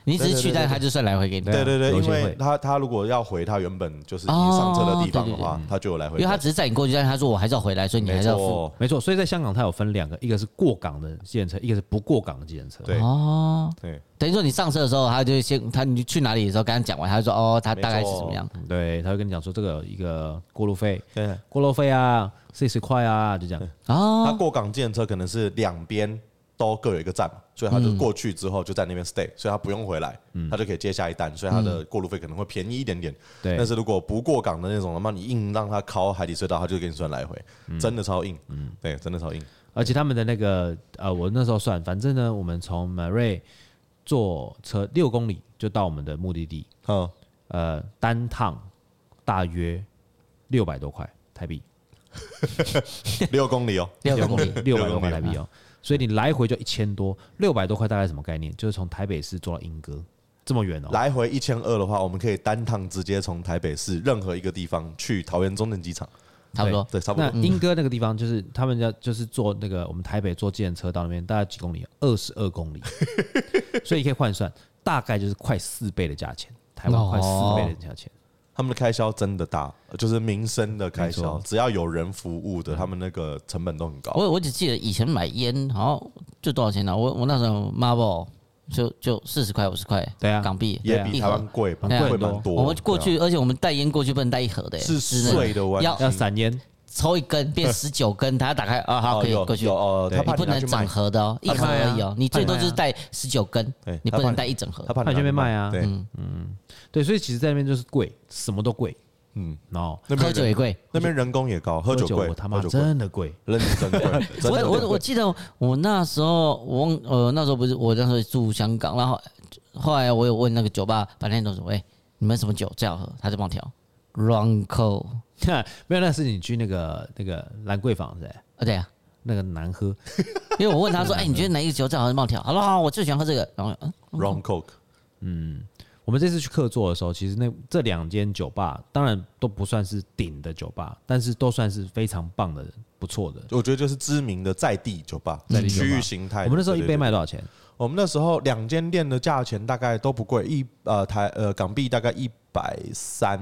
你只是对对去，对但他就算来回给你，对啊对对对，有因些为会他他如果要回他原本就是你上车的地方的哦话，他就有来回因的，为他只是载你过去，但是他说我还是要回来，所以你还没是要付。错，没错。所以在香港，它有分两个，一个是过港的计程车，一个是不过港的计程车。对哦，对，等于说你上车的时候，他就会先他你去哪里的时候跟他讲完，他就说哦，他大概是怎么样。嗯对，他会跟你讲说这个有一个过路费，对，过路费啊，四十块啊，就这样。他哦，过港建车可能是两边都各有一个站嘛，所以他就过去之后就在那边嗯 stay，所以他不用回来，他就可以接下一单，所以他的过路费可能会便宜一点点。对但是如果不过港的那种的话，你硬让他靠海底隧道，他就给你算来回，嗯真的超硬，对，真的超硬，而且他们的那个呃，我那时候算，反正呢，我们从 Marie 坐车六公里就到我们的目的地，嗯，呃，单趟大约六百多块台币，六公里哦，六公里，六百多块台啊币哦。所以你来回就一千多，六百多块大概什么概念？就是从台北市坐到莺歌这么远哦。来回一千二的话，我们可以单趟直接从台北市任何一个地方去桃园中正机场，差不多。对，差不那多。莺歌那个地方就是他们要就是坐那个我们台北坐计程车到那边大概几公里，二十二 公里，所以可以换算大概就是快四倍的价钱，台湾快四倍的价钱。他们的开销真的大，就是民生的开销没错，只要有人服务的，他们那个成本都很高。我我只记得以前买烟好像就多少钱呢、啊我我那时候 Marvel 就就四十块五十块，对啊港币也对啊比一台盒湾。贵吧，对啊贵蛮多。我们过对去，而且我们带烟过去不能带一盒的、啊是只能税的问题，要要散烟，抽一根变十九根，他打开啊，好哦可以有过去。有哦，对他怕你不你拿能去整卖，盒的哦，一盒而已哦，你最多就是带十九根啊对，你他不怕能你带一整盒他。怕怕你拿你去去被卖卖啊对，对，所以其实在那边就是贵，什么都贵，嗯，然后那喝边酒也人贵。那边人工也高，喝酒贵，我他妈喝酒贵，真的贵， 认真贵，我 真的我我贵。记得我那时候我忘呃那时候不是我那时候住香港，然后后来我有问那个酒吧白天都说，喂，你们什么酒最好喝？他就帮我调 Ronco 没有那是你去那个那个兰桂坊是不是？啊，对啊，那个难喝，因为我问 他说：“哎，你觉得哪一个酒最好喝？”冒跳，好了，好，我最喜欢喝这个。然后嗯， Rum Coke，我们这次去客座的时候，其实那这两间酒吧当然都不算是顶的酒吧，但是都算是非常棒的、不错的。我觉得就是知名的在地酒吧，在地酒吧区域形态的。我们那时候一对杯，卖多少钱？对对我们那时候两间店的价钱大概都不贵，一呃台呃港币大概一百三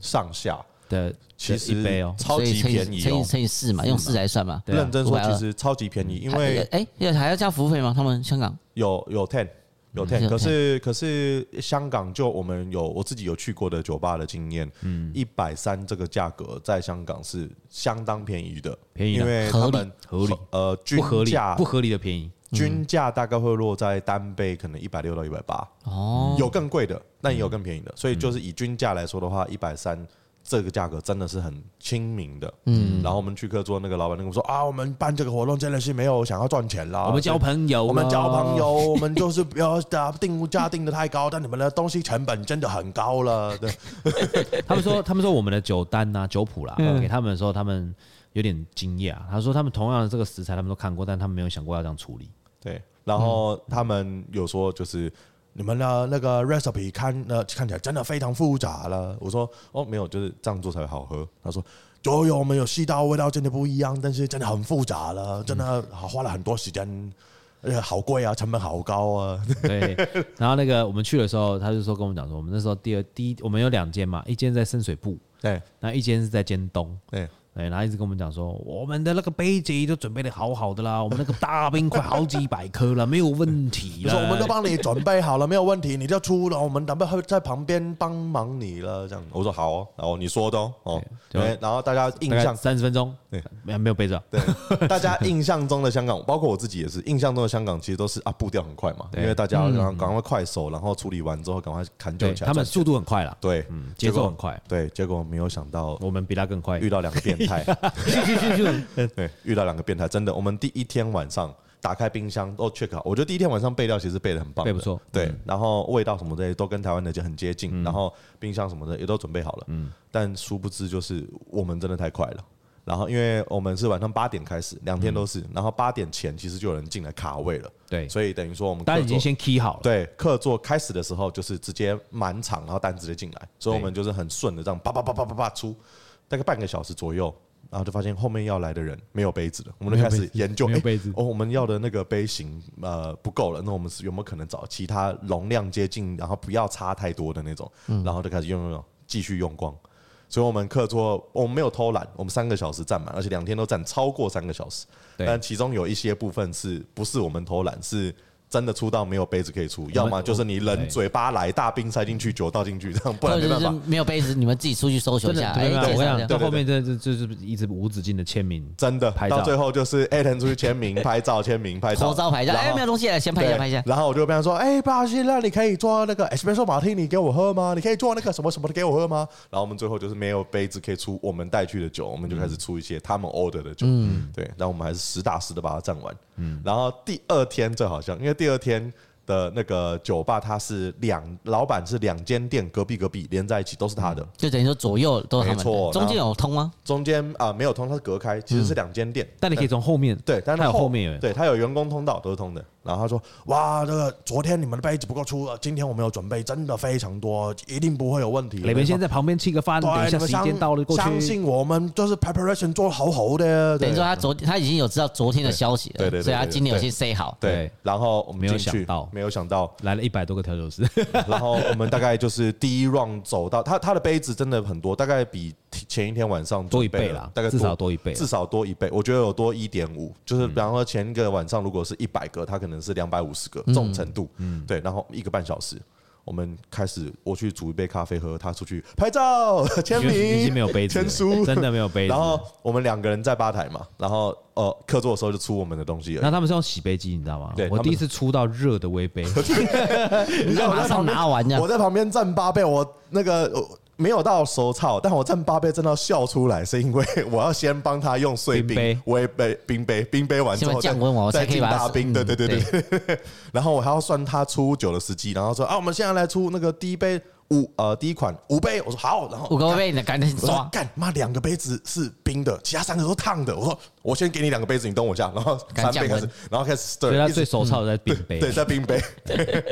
上下，的其的一杯实哦，超级所以便乘以宜乘以哦。乘以四嘛，用四来算嘛。对啊认真说， 520其实超级便宜，因为还哎要还要加服务费吗？他们香港有有 ten 有嗯有 ten，可是可是香港就我们有我自己有去过的酒吧的经验，嗯，一百三这个价格在香港是相当便宜的，便宜啊因为他们合理合理呃不均合理价，不嗯合理的便宜。均价大概会落在单杯可能一百六到一百八，哦，有更嗯贵的，但也有更便宜的，所以就是以均价来说的话，一百三。这个价格真的是很亲民的，嗯，然后我们去客座那个老板就跟我说啊，我们办这个活动真的是没有想要赚钱啦，我们交朋友，啊啊我们交朋友，，我们就是不要打定物价定的太高，但你们的东西成本真的很高了。对，他们说，他们说我们的酒单呐、酒谱啦，嗯给他们的时候，他们有点惊讶。他说，他们同样的这个食材，他们都看过，但他们没有想过要这样处理。对，然后他们有说就是。你们的那个 recipe 看呃看起来真的非常复杂了。我说哦没有，就是这样做才会好喝。他说就有我们有细到味道真的不一样，但是真的很复杂了，真的好花了很多时间，而且好贵啊，成本好高啊。 对，然后那个我们去的时候，他就说跟我们讲说，我们那时候第二第一，我们有两间嘛，一间在深水埗，对那一间是在尖东。对，对，哎然后一直跟我们讲说，我们的那个杯子都准备的好好的啦，我们那个大冰块好几百颗了，没有问题就了。说我们都帮你准备好了，没有问题，你就出了，我们准备会在旁边帮忙你了。这样，我说好、哦，然后你说的哦，哦，对对，然后大家印大概象， 三十分钟，对，没没有杯子啊，对，大家印象中的香港，包括我自己也是，印象中的香港其实都是啊步调很快嘛，对嗯因为大家然后赶快快手，然后处理完之后赶快砍酒对，起来，他们速度很快啦，对，嗯，节结奏果很快，对，结果没有想到我们比他更快遇。到两个变态， 对，遇到两个变态，真的，我们第一天晚上。打开冰箱都 check 好，我觉得第一天晚上备料其实备的很棒的，备不错嗯对，然后味道什么的都跟台湾的就很接近，然后冰箱什么的也都准备好了。嗯，但殊不知就是我们真的太快了。然后因为我们是晚上八点开始，两天都是，然后八点前其实就有人进来卡位了，嗯对，所以等于说我们大家客已经座先 key 好了。对客座开始的时候就是直接满场，然后单直接进来，所以我们就是很顺的这样叭叭叭叭叭叭出，大概半个小时左右。然后就发现后面要来的人没有杯子了，我们就开始研究，没有诶杯子哦，我们要的那个杯型呃不够了，那我们是有没有可能找其他容量接近，然后不要差太多的那种，然后就开始用用用，继续用光。所以我们课桌我们没有偷懒，我们三个小时站满，而且两天都站超过三个小时。对但其中有一些部分是不是我们偷懒，是真的出到没有杯子可以出，要么就是你人嘴巴来，大冰塞进去，酒倒进去，这样不然啊或没者办是法。没有杯子，你们自己出去搜求真一的下。，对哎吧？我跟介绍你一讲，到下对对后面这这这就是一直无止境的签名，真的，拍照到最后就是 Aten 出去签名、拍照、签名、拍照、头招牌一下，然后哎，没有东西了，先拍一下，对拍一下。然后我就跟他说：“哎、巴西，那你可以做那个 espresso 马提尼给我喝吗？你可以做那个什么什么的给我喝吗？”然后我们最后就是没有杯子可以出我们带去的酒，我们就开始出一些他们 order 的酒。嗯，对，然后我们还是实打实的把它占完。嗯，然后第二天最好笑，因为第二天。的那个酒吧，它是两老板是两间店隔壁隔壁连在一起，都是他的。就等于说左右都是他们没错的，中间有通吗？中间啊、没有通，它是隔开，其实是两间店。但你可以从后面，对，但是它有后面有，对他有员工通道都是通的。然后他说：“哇，这个昨天你们的杯子不够出，今天我们有准备，真的非常多，一定不会有问题。”磊文先在旁边吃个饭，等对，一你下们时相间到了过相去。信我们就是 preparation 做得好好的。等对于说他昨他已经有知道昨天的消息了，对对对对所以他对今天有对先 say 好。对对，然后我们进去没有想到没有想到，来了一百多个调酒师，然后我们大概就是第一 round 走到他他的杯子真的很多，大概比前一天晚上多一准备倍了啦大概至少多一倍啊嗯啦至少多一倍。我觉得有多一点五，就是比方说前一个晚上如果是一百个，他可能是两百五十嗯个这种程度，对，然后一个半小时。我们开始，我去煮一杯咖啡喝，他出去拍照、签因为名、已经没有杯子签了，书，真的没有杯子。然后我们两个人在吧台嘛，然后呃，客座的时候就出我们的东西而已然后他们是用洗杯机，你知道吗对？他我们第一次出到热 的微杯，你知道我马在上旁边拿完这样我在旁边站八倍，我那个我没有到手操，但我站八倍站到笑出来，是因为我要先帮他用碎冰杯冰、微杯、冰杯、冰杯完之后再先把它降温完我才再可以进把它大冰。嗯对对对对对。然后我还要算他出酒的时机，然后说啊，我们现在来出那个第一杯五呃第一款五杯，我说好，然后五个杯你赶紧我说抓，干妈两个杯子是冰的，其他三个都是烫的。我说我先给你两个杯子，你等我一下，然后敢三降杯开始温，然后开始所以 stir，他一最直手操的在冰杯，对，嗯在冰杯。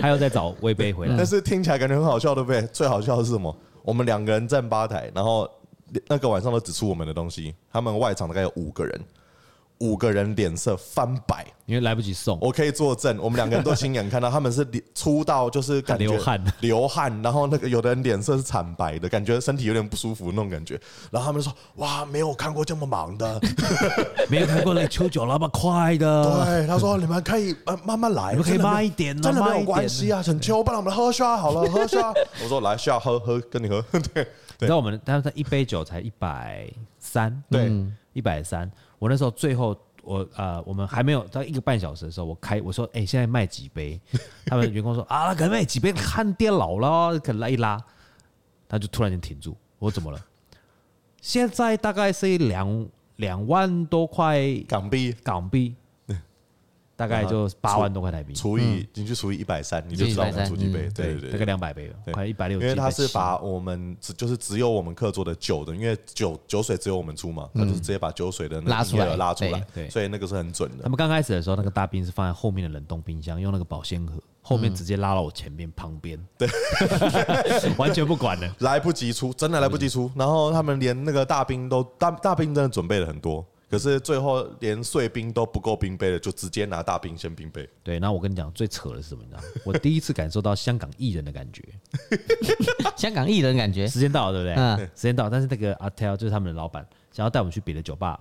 他又在找微杯回来但。是听起来感觉很好笑，对不对？最好笑的是什么？我们两个人站吧台，然后那个晚上都只出我们的东西，他们外场大概有五个人，五个人脸色翻白。因为来不及送，我可以作证，我们两个人都亲眼看到，他们是脸出到就是感觉流汗流汗，然后那个有的人脸色是惨白的，感觉身体有点不舒服那种感觉。然后他们就说：“哇，没有看过这么忙 的。没有看过 那秋酒那么快”的，对，他说：“你们可以呃慢慢来，呃你们可以真的没有慢一点啊真的慢没一有点关系啊，很秋，不然我们喝下好了，喝下。”我说：“来下喝喝，跟你喝。”对你知道我们，但是一杯酒才一百三，对，一百三。我那时候最后，我呃，我们还没有到一个半小时的时候，我开我说，哎、现在卖几杯？他们员工说 啊，可能卖几杯，看电脑了，可能拉一拉，他就突然间停住。我说怎么了？现在大概是两两万多块港币港币，大概就八万多块台币，除以你去除以一百三，你就知道我们出几杯。对对嗯大对概。两百杯了，对快一百六，因为他是把我们只就是只有我们客做的酒的，因为酒酒水只有我们出嘛，他就是直接把酒水的那个拉出来营业额拉出来对，对所以那个是很准的他。们刚开始的时候，那个大冰是放在后面的冷冻冰箱，用那个保鲜盒，后面直接拉到我前面旁边，嗯对， 完全不管了。来不及出，真的来不及出。然后他们连那个大兵都大大兵真的准备了很多，可是最后连碎冰都不够冰杯了，就直接拿大兵先冰杯。 对，然后我跟你讲，最扯的是什么？你知道吗，我第一次感受到香港艺人的感觉。香港艺人感觉时间到了，对不对？嗯时间到了，但是那个阿 Tel 就是他们的老板，想要带我们去别的酒吧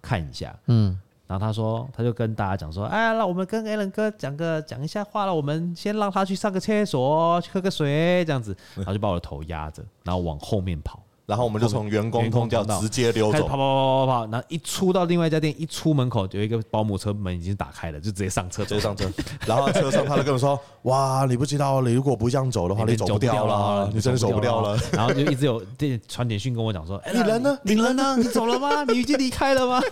看一下，嗯。然后他说，他就跟大家讲说，哎，那我们跟 Alan 哥讲个讲一下话了，我们先让他去上个厕所，去喝个水，这样子，然后就把我的头压着，然后往后面跑，然后我们就从员工通道员工通道直接溜开始跑走，跑跑跑跑跑，然后一出到另外一家店，一出门口有一个保姆车门已经打开了，就直接上车直接上车。然后车上他就跟我说：“哇，你不知道，你如果不这样走的话，你走不掉了，你真的走不掉了。。 然后就一直有电传简讯跟我讲说，哎，啊你人 呢你人呢？你走了吗？你已经离开了吗？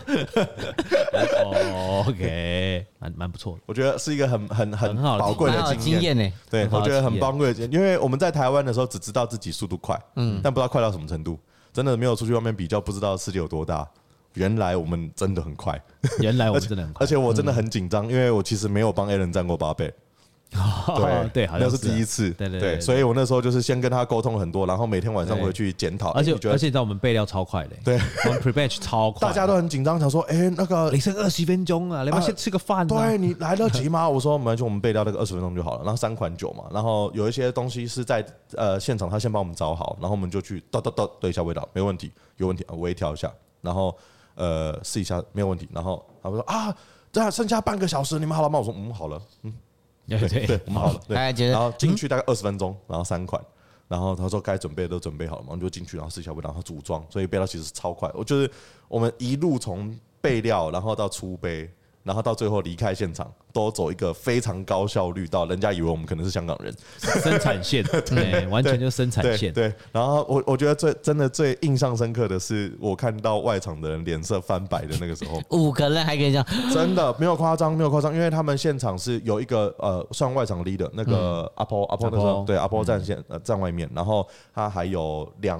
哦 OK，蛮蛮不错的”。我觉得是一个很很很很好的宝贵蛮好的的经经验。验呢。对，很好我的觉得经很验棒贵的经验，因为我们在台湾的时候只知道自己速度快，嗯，但不知道快到什么程度，真的没有出去外面比较，不知道世界有多大。原来我们真的很快，原来我们哦真的很快而，嗯且我真的很紧张，因为我其实没有帮 a l n 站过八倍， 对哦对，好那像是第一啊。次，对对对对所以我那时候就是先跟他沟通很多，然后每天晚上回去检讨，而且哎你觉而得且你知道我们备料超快的，对，我们 pre batch 超快，大家都很紧张，想说，哎，那个你剩二十分钟啊，你要不要先吃个饭啊？对你来得及吗？我 说没关系，我们备料那个二十分钟就好了。然后三款酒嘛，然后有一些东西是在呃现场他先帮我们找好，然后我们就去叨叨叨对一下味道，没问题，有问题啊微调一下，然后呃试一下没有问题，然后他们说啊。对啊，剩下半个小时，你们好了吗？我说嗯，好了， 对对，我们好了。对大家觉然得后进去大概二十分钟，然后三款，然后他说该准备的都准备好了嘛，我们就进去，然后试一下味道，然后组装，所以备料其实超快。我就是我们一路从备料，然后到出杯，然后到最后离开现场，都走一个非常高效率，到人家以为我们可能是香港人，生 产线，对，完全就生产对线，对，然后我我觉得最真的最印象深刻的是，我看到外场的人脸色翻白的那个时候，五个人还可以这样， 真的没有夸张，没有夸张，因为他们现场是有一个呃，算外场 leader 那嗯个阿波阿波那时候 Apollo 对阿波站线呃站外面，然后他还有两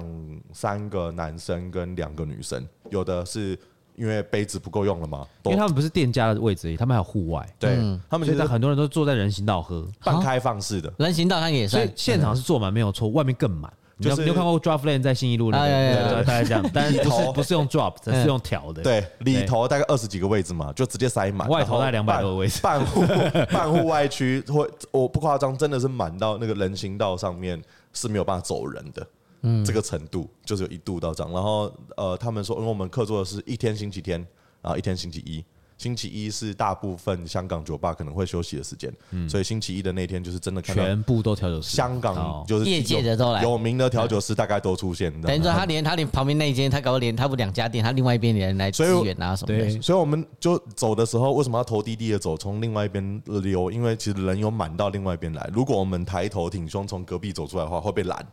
三个男生跟两个女生，有的是因为杯子不够用了嘛，因都为他们不是店家的位置而已，他们还有户外，对他们所其以实很多人都坐在人行道喝，半开放式的，人行道上也所算以。现场是坐满没有错，外面更满。你有就是你有看过 drop lane 在信义路那哎哎哎个，哎对大概 这样，但是不头是不是用 drop，嗯是用挑的。对，里头大概二十几个位置嘛，就直接塞满，外头大概然后半200多个位置半户 半户外区或我不夸张，真的是满到那个人行道上面是没有办法走人的。嗯这个程度就是有一度到这样，然后呃，他们说，因为我们客座的是一天星期天，然后一天星期一，星期一是大部分香港酒吧可能会休息的时间，所以星期一的那天就是真的看到嗯全部都调酒师。香港哦就是业界的有都来有名的调酒师大概都出现，等于说他连他连旁边那一间，他搞不好连他不两家店，他另外一边连来支所以我援啊什么的对。所以我们就走的时候，为什么要头低低的走，从另外一边溜？因为其实人有满到另外一边来。如果我们抬头挺胸从隔壁走出来的话，会被拦。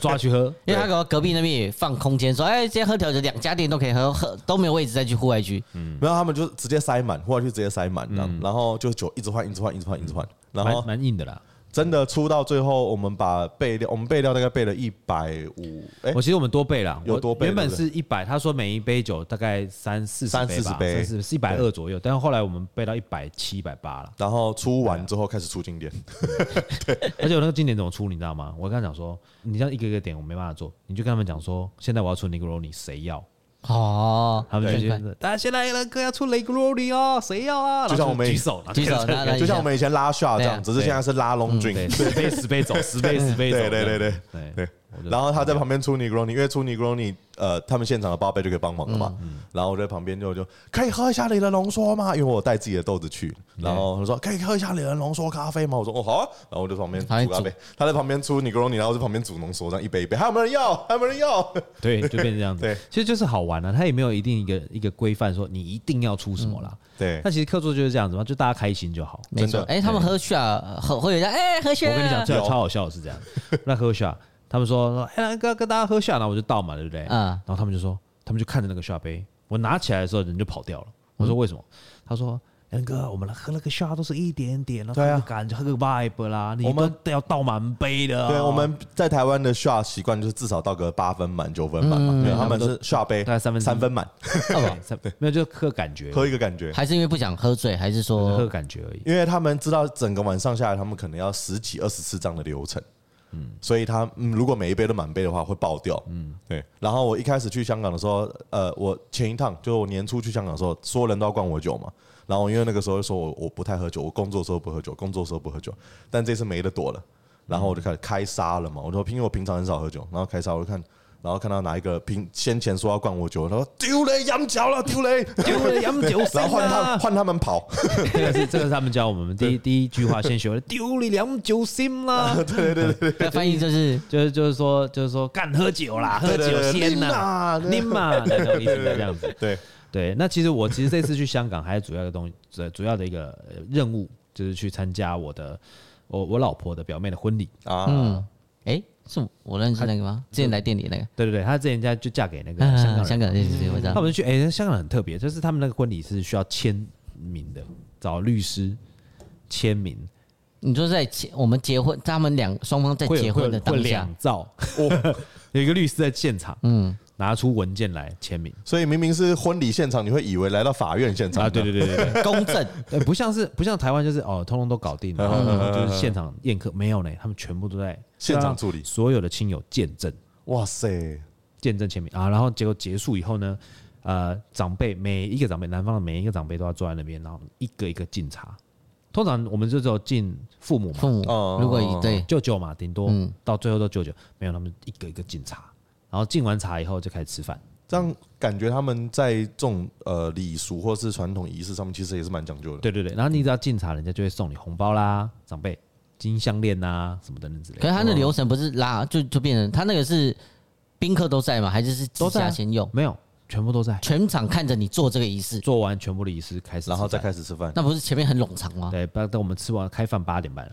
抓去喝，因为他搞不好隔壁那边也放空间，说哎，今天喝调酒，两家店都可以喝，喝都没有位置再去户外区。然后他们就 直接塞满，或者就直接塞满这样，然后就酒一直换，一直换，一直换，一直换。然后蛮蛮硬的啦。真的出到最后，我们把备料，我们备料大概备了一百五，哎我，其实我们多备了，有我多备原本对不对是一百，他说每一杯酒大概三四三杯吧， 40杯三四一百二左右，但是后来我们备到一百七、一百八了。然后出完之后开始出经典，而且我那个经典怎么出，你知道吗？我跟他讲说，你这样一个一个点我没办法做，你就跟他们讲说，现在我要出雷格罗尼，谁要？哦，他们就觉明白得，大家现在人哥要出雷格罗尼哦，谁要啊？就像我们然后举手，举手拿拿就像我们以前拉下这对啊样，只是现在是拉龙俊。对，十杯十杯走，十杯十杯走，对对对对对对我就然后他在旁边出 Negroni，因为出 Negroni，呃，他们现场的报备就可以帮忙了嘛。嗯然后我在旁边就就可以喝一下你的浓缩吗？因为我带自己的豆子去。嗯然后他说可以喝一下你的浓缩咖啡吗？我说哦好啊。然后我就旁边旁边煮咖啡，他在旁边出 Negroni，然后我在旁边煮浓缩，这样一杯一杯，还有没有人 要？还有没有人要？对，就变成这样子。对，其实就是好玩啊，他也没有一定一个一个规范说你一定要出什么啦。嗯对那其实客座就是这样子嘛，就大家开心就好。没错真，的哎，他们喝去啊，喝喝有人哎喝去，我跟你讲，最有超好笑的是这样， 那喝下，他们说说，哎、那哥跟大家喝下，然后我就倒嘛，对不对？嗯然后他们就说，他们就看着那个下杯，我拿起来的时候人就跑掉了。我说为什么？嗯他说。仁哥，我们来喝那个下都是一点点了，对啊喝个感觉喝个 vibe 啦，你我们们都要倒满杯的、啊对，我 们在台湾的 shot 习惯就是至少到个八分满、九分满嘛，对，他们是 shot 杯嗯大概三分之一三分满，对三 没有就喝感觉，喝一个感觉。还是因为不想喝醉，还是喝说个感觉 而已。因为他们知道整个晚上下来，他们可能要十几二十次这样的流程。嗯，所以他、嗯、如果每一杯都满杯的话，会爆掉。嗯，对。然后我一开始去香港的时候，呃，我前一趟就是我年初去香港的时候，所有人都要灌我酒嘛。然后因为那个时候说我我不太喝酒，我工作的时候不喝酒，工作的时候不喝酒，但这次没得躲了。然后我就开始开杀了嘛，我说因为我平常很少喝酒，然后开杀我就看，然后看到哪一个平先前说要灌我酒，他说丢嘞，羊角了，丢嘞，丢了洋酒然后换他换他们跑，这个是这个是他们教我们第一第一句话 先学的，丢你两酒心啦。对对对，那翻译就是就是就是说就是说干喝酒啦，喝酒先啦，对你嘛，对对对这样 子。对。对，那其实我其实这次去香港还有主要的东西，主主要的一个呃任务就是去参加我的我我老婆的表妹的婚礼。啊，嗯，哎，是我认识那个吗？之前来店里那个对对对，她之前家就嫁给那个啊，香港人香港人，对对对我知他道。们就去，哎、香港很特别，就是他们那个婚礼是需要签名的，找律师签名，你说在结我们结婚，他们两双方在会有结婚会的有当会有下两， 造，有一个律师在现场，嗯，拿出文件来签名所以明明是婚礼现场，你会以为来到法院现场啊，对对对对对。公正对，不像是不像台湾，就是哦，通通都搞定了，然 后就是现场宴客没有呢，他们全部都在现场处理让所有的亲友见证哇塞，见证签名啊，然后结果结束以后呢，呃，长辈每一个长辈，男方的每一个长辈都要坐在那边，然后一个一个敬茶。通常我们就只有敬父母嘛，父母嗯哦，如果以对舅舅嘛，顶多、到最后都舅舅，没有他们一个一个敬茶，然后敬完茶以后就开始吃饭。这样感觉他们在这种呃礼俗或是传统仪式上面，其实也是蛮讲究的。对对对，然后你只要敬茶，人家就会送你红包啦、长辈金项链呐什么等等之类可的。是他那流程不是拉就就变成他那个是宾客都在吗？还是是自都在啊家先用？没有，全部都在全场看着你做这个仪式，做完全部的仪式开始吃饭，然后再开始吃饭，那不是前面很冗长吗？对，不等我们吃完开饭八点半了。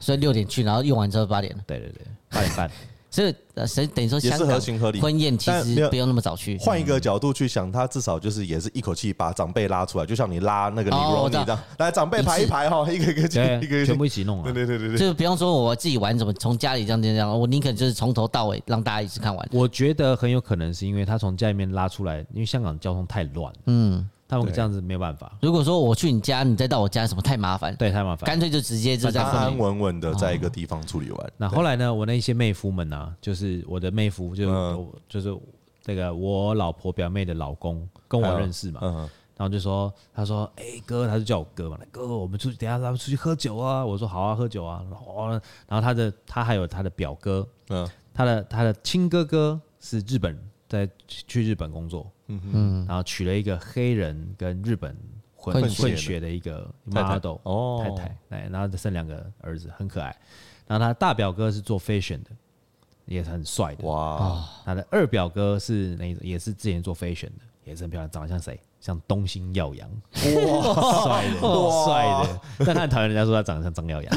所以六点去，然后用完之后八点了。对对 对，八点半。所以呃，所以等于说也是香港合情合理婚宴其但没实有不用那么早去。换一个角度去想，他至少就是也是一口气把长辈拉出来，就像你拉那个尼哦我罗知尼道这样，来长辈排一排哈，一个一个进一个对，一个全进部一起弄啊对。对对对对，就是不用说我自己玩怎么从家里这样这样这样，我宁肯就是从头到尾让大家一起看完。我觉得很有可能是因为他从家里面拉出来，因为香港交通太乱，嗯，他们这样子没有办法，如果说我去你家，你再到我家，什么太麻烦，对，太麻烦。干脆就直接就在安后安面。稳稳的在一个地方处理完。那后来呢，我那一些妹夫们啊，就是我的妹夫，就是嗯我就是这个我老婆表妹的老公，跟我认识嘛，嗯，然后就说，他说，哎、哥，他就叫我哥嘛，哥，我们出去，等一下咱们出去喝酒啊。我说好啊，喝酒啊。然后，哦然后他的他还有他的表哥，嗯他的他的亲哥哥是日本，在去日本工作，嗯嗯，然后娶了一个黑人跟日本混混血的混血的一个太太 model 哦太太，哎，然后生两个儿子，很可爱。然后他大表哥是做 fashion 的，也是很帅的。哇，哦他的二表哥是那种也是之前做 fashion 的，也是很漂亮，长得像谁？像东星耀阳，帅的，哦帅的。 啊但他很讨厌人家说他长得像张 耀扬。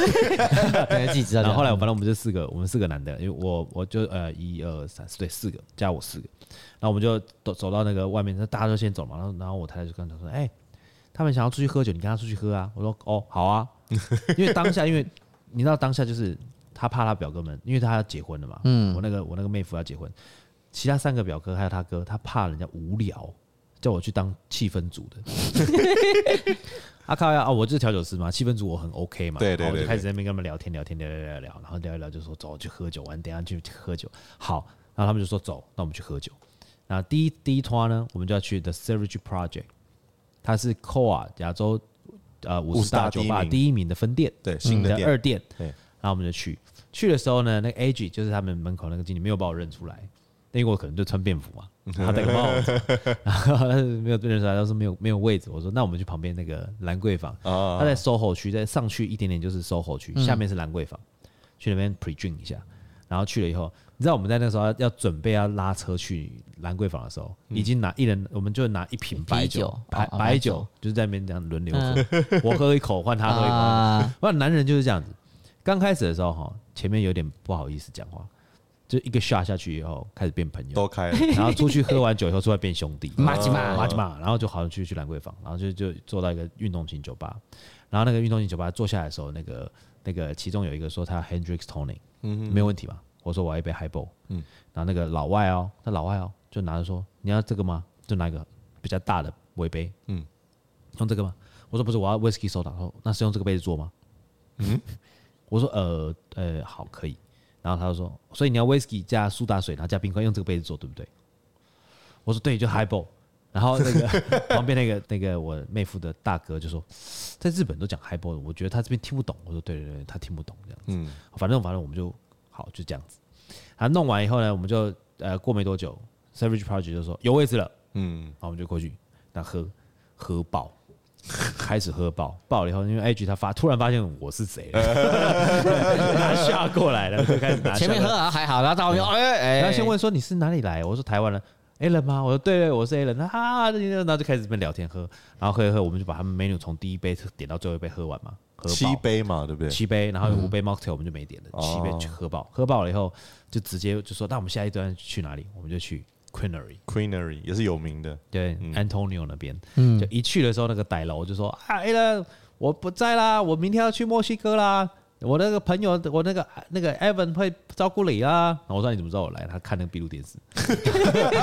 对自己知道就然后好。后来，反正我们就四个，我们四个男的，因为我我就呃一二三四对四个加我四个，然后我们就走走到那个外面，那大家都先走嘛。然后然后我太太就跟他说：“ 哎、他们想要出去喝酒，你跟他出去喝啊。”我说：“哦，好啊。”因为当下因为你知道当下就是他怕他表哥们，因为他要结婚了嘛，我那个我那个妹夫要结婚，其他三个表哥还有他哥，他怕人家无聊，叫我去当气氛组的。阿靠呀！啊，我就是调酒师嘛，气氛组我很 OK 嘛，对对然后我对就开始在那边跟他们聊天聊天聊聊聊聊，然后聊一聊就说走去喝酒，完等一下去喝酒，好，然后他们就说走，那我们去喝酒。那第一第一团呢，我们就要去 The Savage Project，它是 COA 亚洲呃五五十十大大酒第一吧名第一名的分店，对新的嗯店二店，对然后我们就去，去的时候呢，那个 AG 就是他们门口那个经理没有把我认出来，因为我可能就穿便服嘛，他戴个帽子，然后他就没有被认出来，他说没有没有位置，我说那我们去旁边那个兰桂坊，啊他在 SOHO 区，再上去一点点就是 SOHO 区，下面是兰桂坊，去那边 pre drink 一下，然后去了以后，你知道我们在那时候要要准备要拉车去兰桂坊的时候，已经拿一人，我们就拿一瓶白啤酒酒哦，白哦白白酒酒就是在那边这样轮流喝，我喝一口换他喝一口。啊，那男人就是这样子，刚开始的时候哈，前面有点不好意思讲话，就一个 shot 下去以后开始变朋友，都开了，然后出去喝完酒以后出来变兄弟，马吉啊马马吉马，然后就好像去去兰桂坊，然后就就坐到一个运动型酒吧，然后那个运动型酒吧坐下来的时候，那个那个其中有一个说他要 Hendrix Tony，嗯，没有问题吧？我说我要一杯 Highball，嗯，然后那个老外哦，那老外哦就拿着说你要这个吗？就拿一个比较大的围杯，嗯，用这个吗？我说不是，我要 Whisky Soda，他说那是用这个杯子做吗？嗯， 我说呃呃好可以，然后他就说所以你要 Whisky 加苏打水，然后加冰块，用这个杯子做对不对？我说对，就 highball。然后那个旁边那个那个我妹夫的大哥就说，在日本都讲 highball，的我觉得他这边听不懂。我说对对对，他听不懂这样子。嗯反正反正我们就好就这样子。他弄完以后呢，我们就呃过没多久，Savage Project 就说有位置了， 嗯，然后我们就过去那喝喝爆。开始喝爆爆了以后，因为 A G 他发突然发现我是谁了，拿下过来了，就开始拿前面下喝好像还好，然后到后面哎然哎，后先问说你是哪里来？我说台湾人。A 人吗？我说对对，我是 A 人。他啊，然后就开始这边聊天喝，然后喝一喝，我们就把他们 menu 从第一杯点到最后一杯喝完嘛，喝七饱杯嘛，对不对？七杯，然后有五杯 mocktail 我们就没点了，七杯哦去喝爆，喝爆了以后就直接就说，那我们下一段去哪里？我们就去 Queenery， Queenery 也是有名的，对、Antonio 那边，就一去的时候那个歹楼就说啊 A 人我不在啦，我明天要去墨西哥啦。我那个朋友，我那个那个 Evan 会照顾你啦。然后我说你怎么知道我来？他看那个闭路电视，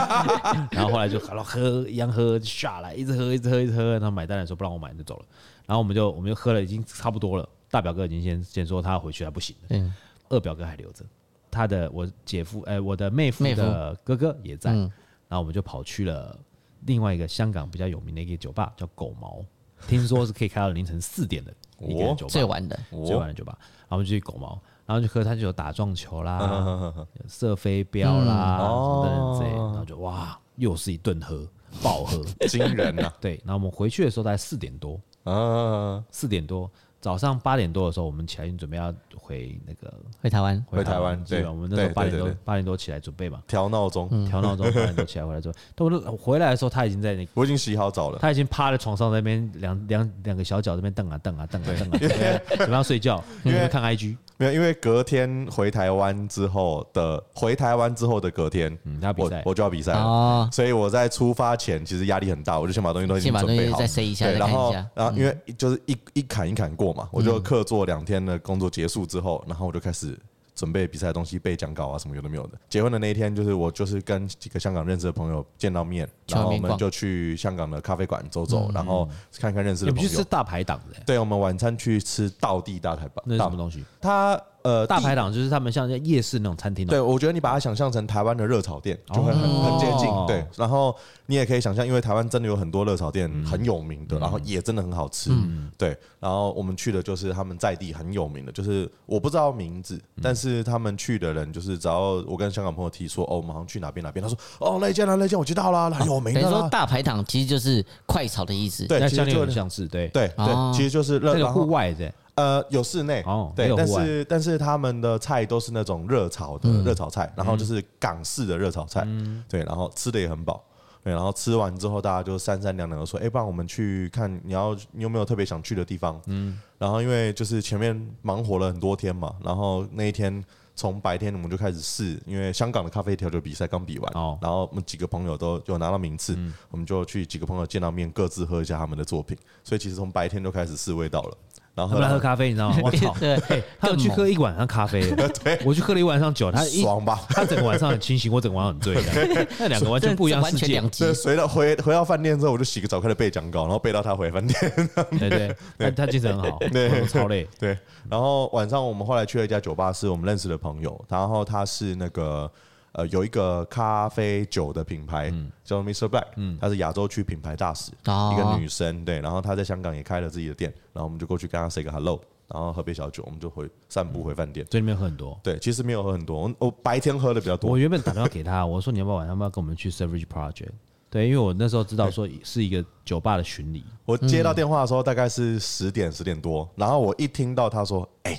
然后后来就然后喝一样喝就下来，一直喝一直喝一直喝，然后买单的时候不让我买就走了，然后我们就我们就喝了已经差不多了，大表哥已经先先说他要回去他不行了，嗯二表哥还留着，他的我姐夫哎、我的妹夫妹夫的哥哥也在，然后我们就跑去了另外一个香港比较有名的一个酒吧叫狗毛，听说是可以开到凌晨四点的一个哦酒吧，最晚的最晚的酒吧，然后我们就去狗毛，然后就喝，他就有打撞嗯球嗯啦，有射飞镖啦，什么等等之类的，然后就哇，又是一顿喝，爆喝。 惊人啊呐 对，然后我们回去的时候大概四点多，嗯啊！四点多早上八点多的时候，我们起来已经准备要回那个回台湾，回台湾对对吧？我们那时候对嗯八点对多对对八点多起来准备嘛，调闹钟，嗯调闹钟八点多起来回来之后，但我都回来的时候他已经在那 个。我已经洗好澡了。他已经趴在床上在那边两两两个小脚这边蹬啊蹬啊蹬啊蹬啊，对 准备要睡觉，因为看 IG，没有，因为隔天回台湾之后的回台湾之后的隔天，嗯他比我赛我就要比赛了，哦所以我在出发前其实压力很大，我就先把东西都已经先把准东西备好，再塞一下嗯对再然看一后下呃然后因为就是一一坎一坎过嘛，我就客座两天的工作结束之后，然后我就开始。准备比赛的东西背讲稿啊，什么有的没有的。结婚的那一天，就是我就是跟几个香港认识的朋友见到面，去然外后我面们逛嗯就去香港的咖啡馆走走，然后看看认识你的们朋去吃友。大排档的欸，对，我们晚餐去吃道地大排吧，那是什么大东西？它呃大地排档就是他们像夜市那种餐厅哦，对，我觉得你把它想象成台湾的热炒店，就会很、很哦接近。对，然后你也可以想象，因为台湾真的有很多热炒店很有名嗯的，然后也真的很好吃。对，然后我们去的就是他们在地很有名的，就是我不知道名字，嗯但是他们去的人就是只要我跟香港朋友提说，哦，我们好像去哪边哪边，他说，哦，那一间啦、那一间我知道啦，很有名等于的说啦。大排档其实就是快炒的意思，对，那其项实链就很像是对，对哦，对，其实就是热那个然后户外的呃，有室内哦也对有，但户外是但是他们的菜都是那种热炒的嗯热炒菜，然后就是港式的热炒菜，对，然后吃的也很饱，对，然后吃完之后大家就三三两两的说，哎，不然我们去看你要你有没有特别想去的地方，嗯，然后因为就是前面忙活了很多天嘛，然后那一天。从白天我们就开始试，因为香港的咖啡调酒比赛刚比完，哦嗯然后我们几个朋友都有拿到名次，我们就去几个朋友见到面，各自喝一下他们的作品，所以其实从白天就开始试味道了。然后他们来喝喝咖啡，你知道吗？我操对嘿他们去更猛喝一晚上咖啡，我去喝了一晚上酒，他一爽吧？他整个晚上很清醒，我整个晚上很醉 的，那两个完全不一样完世全界两，极这。回到回回到饭店之后，我就洗个澡，开始背讲稿，然后背到他回饭店。 对对，但他精神很好，我超累，对，然后晚上我们后来去了一家酒吧，是我们认识的朋友，然后他是那个呃有一个咖啡酒的品牌、嗯叫 Mr Black，他是亚洲区品牌大使，哦一个女生，对，然后她在香港也开了自己的店，然后我们就过去跟她 say 个 hello，然后喝杯小酒，我们就回散步回饭店。所以里面喝很多。对，其实没有喝很多，我我白天喝的比较我 多。原本打电话给他，我说你要不要晚上要不要跟我们去 Savage Project？对，因为我那时候知道说是一个酒吧的巡礼，我接到电话的时候大概是十点十点多，然后我一听到他说，哎、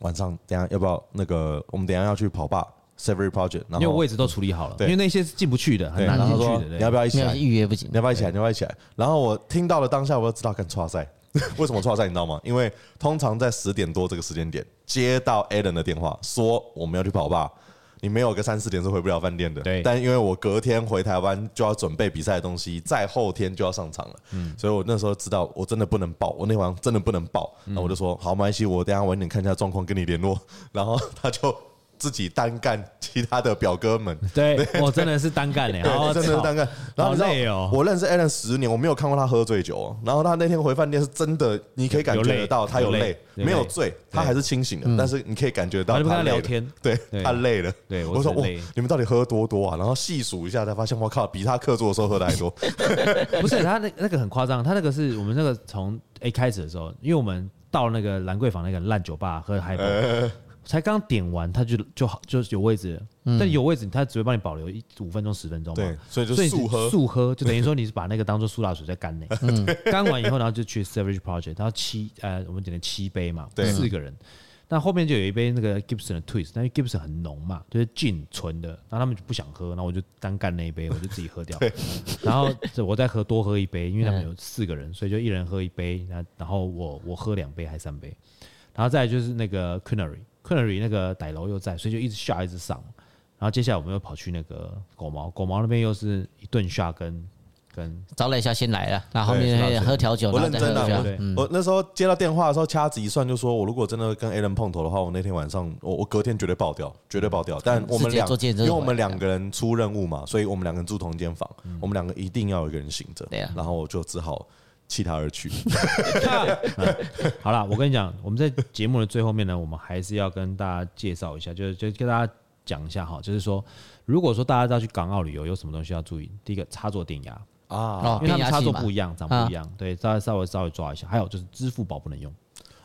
晚上等一下要不要那个我们等一下要去跑吧 Savory Project，然因为后位置都处理好了，因对为那些是进不去的，很对，难然后进他说去的。你要不要？要一起没来有？预约不行你，要不要一起来？你要不要一起来？然后我听到了当下，我就知道干 错赛。为什么错赛？你知道吗？因为通常在十点多这个时间点接到 Alan 的电话，说我们要去跑吧，你没有个三四点是回不了饭店的。对但因为我隔天回台湾就要准备比赛的东西，在后天就要上场了，所以我那时候知道我真的不能报，我那晚上真的不能报。那我就说好，没关系，我等一下晚一点看一下状况跟你联络。然后他就自己单干其他的表哥们，对，我真的是单干 嘞，对，真的是单干。干。然后你知好累哦道，我认识 Alan 十年，我没有看过他喝醉酒哦。然后他那天回饭店是真的，你可以感有觉累得到他有有累累，有没有累嗯醉，他还是清醒的，但是你可以感觉到我他就跟他累聊了天对对他累了。对我我说是哇累，你们到底喝多多啊？然后细数一下，才发现我靠，比他课桌的时候喝的还 多。不是他那那个很夸张，他那个是我们那个从一开始的时候，因为我们到那个兰桂坊那个烂酒吧喝 嗨呃波，才刚点完他就就好就有位置了，但有位置他只会帮你保留一五分钟十分钟嘛嗯对，，所以就所以速喝。速喝就等于说你是把那个当做苏打水在干呢， 干完以后然后就去 Savage Project，然后七呃我们点了七杯嘛，对四个人。那后面就有一杯那个 Gibson 的 Twist，那因为 Gibson 很浓嘛，就是 gin 纯的，然后他们就不想喝，然后我就单干那一杯，我就自己喝掉。然后我再喝多喝一杯，因为他们有四个人，所以就一人喝一杯。然然后我我喝两杯还三杯，然后再来就是那个 Cunery Cunery 那个歹楼又在，所以就一直下一直上。然后接下来我们又跑去那个狗毛，狗毛那边又是一顿下跟跟招待一下先来了，然后后面对是会吧喝调酒，我然后认再真喝的、一下对对我我那时候接到电话的时候，掐指一算，就说我如果真的跟 a l a n 碰头的话，我那天晚上我我隔天绝对爆掉，绝对爆掉。但我们直接两坐计程车因为我回们来两个人出任务嘛，所以我们两个人住同一间房，我们两个一定要有一个人醒着。对啊然后我就只好弃他而去。好啦，我跟你讲，我们在节目的最后面呢，我们还是要跟大家介绍一下，就是就跟大家讲一下哈，就是说，如果说大家要去港澳旅游，有什么东西要注意？第一个，插座电压，啊哦因为他们插座变压器嘛不一样，长不一样，对，大家稍微稍微抓一下。还有就是支付宝不能用，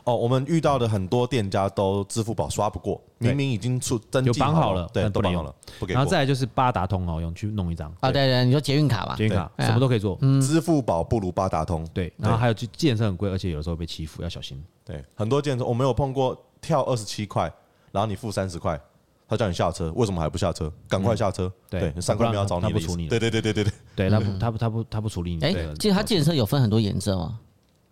哦，我们遇到的很多店家都支付宝刷不过，对明明已经出登有记绑好好了对，但都不能绑好用了，不给然后过。再来就是八达通哦好用，去弄一张啊，对对，你说捷运卡吧捷，运卡，对什么都可以做。支付宝不如八达通，对，然后还有去健身很贵，而且有的时候被欺负，要小心。对，很多健身我们有碰过跳二十七块，然后你付三十块，他叫你下车，为什么还不下车？赶快下车！嗯对对，三块没有找你他不的意处理思。了对对对对对对，对他不，他不，他不，他不处理你。哎这个，其实它健身有分很多颜色嘛，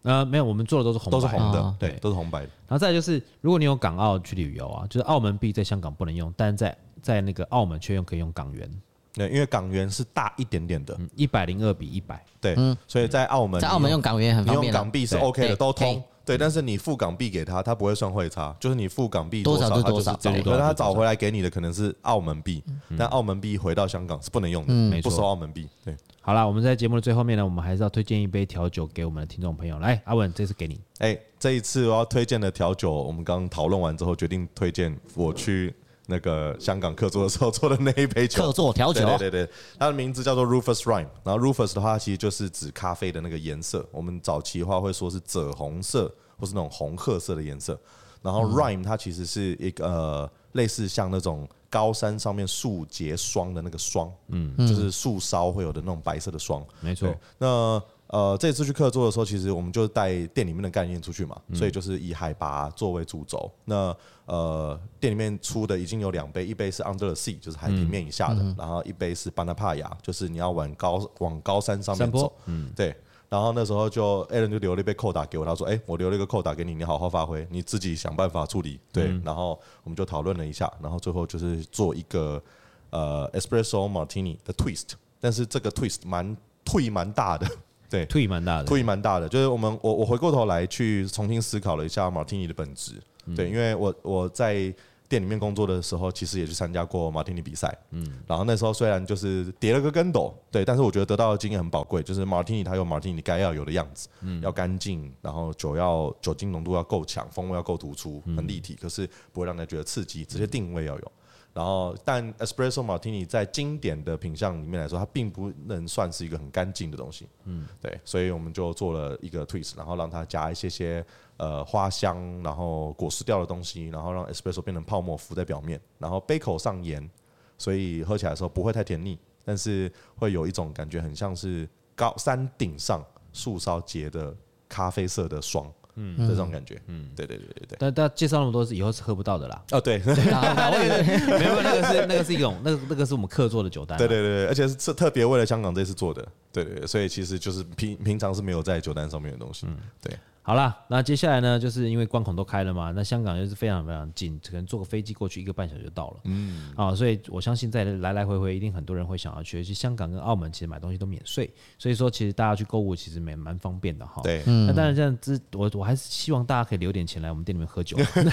呃，没有，我们做的都是红，都是红哦的，啊对对，都是红白的。然后再来就是，如果你有港澳去旅游啊，就是澳门币在香港不能用，但在在那个澳门却用可以用港元，嗯对，因为港元是大一点点的，一百零二比一百。对，所以在澳门，在澳门用港元很你方用便港啊。币是对 OK 对的，都可以通。对，但是你付港币给他，他不会算汇差，就是你付港币多少少，就他就多是少找对可是多少他就多找少回来给你的可能是澳门币，但澳门币回到香港是不能用嗯没的，不错收澳门币。对，好啦，我们在节目的最后面呢，我们还是要推荐一杯调酒给我们的听众朋友。来，阿文，这次给你。哎、这一次我要推荐的调酒，我们刚讨论完之后，决定推荐我去那个香港客座的时候做的那一杯酒。客座调酒对对对对，它的名字叫做 Rufus Rhyme。然后 Rufus 的话，它其实就是指咖啡的那个颜色。我们早期的话会说是赭红色，或是那种红褐色的颜色。然嗯后 Rhyme 它其实是一个、呃、类似像那种高山上面树结霜的那个霜，嗯，就是树梢会有的那种白色的霜。没错对，那呃，这次去客座的时候，其实我们就带店里面的概念出去嘛，所嗯以就是以海拔作为主轴。那呃，店里面出的已经有两杯，一杯是 Under the Sea，就是海嗯平面以下的，然后一杯是 Banapaya，就是你要往高往高山上山面坡走。嗯，对。然后那时候就 Alan 就留了一杯扣打给我，他说：“哎、我留了一个扣打给你，你好好发挥，你自己想办法处理。”对，嗯然后我们就讨论了一下，然后最后就是做一个呃 espresso martini 的 twist，但是这个 twist 蛮 t 蛮大的，对，退蛮大的，突然蛮大的。就是我们我我回过头来去重新思考了一下马天尼的本质，嗯对，因为我我在。店里面工作的时候，其实也去参加过马天尼比赛，嗯，然后那时候虽然就是跌了个跟斗，对，但是我觉得得到的经验很宝贵，就是马天尼它有马天尼该要有的样子，嗯，要干净，然后酒要酒精浓度要够强，风味要够突出，嗯很立体，可是不会让人觉得刺激，这些定位要有。然后，但 espresso martini 在经典的品相里面来说，它并不能算是一个很干净的东西。嗯，对，所以我们就做了一个 twist，然后让它加一些些呃花香，然后果实调的东西，然后让 espresso 变成泡沫浮在表面，然后杯口上盐，所以喝起来的时候不会太甜腻，但是会有一种感觉很像是高山顶上树梢结的咖啡色的霜，嗯，这种感觉。嗯，对对对对对。但但介绍那么多，是以后是喝不到的啦。哦，对， 啊我以为 没有，没有那个是那个是一种那个那个是我们客座的酒单啊。对对对，对而且是特特别为了香港这次做的，对对对，所以其实就是平平常是没有在酒单上面的东西，对，好啦，那接下来呢，就是因为关口都开了嘛，那香港又是非常非常近，可能坐个飞机过去一个半小时就到了。嗯，啊，所以我相信在来来回回，一定很多人会想要去。其实香港跟澳门其实买东西都免税，所以说其实大家去购物其实蛮蛮方便的哈。。对，那当然，这样之我我还是希望大家可以留点钱来我们店里面喝酒，嗯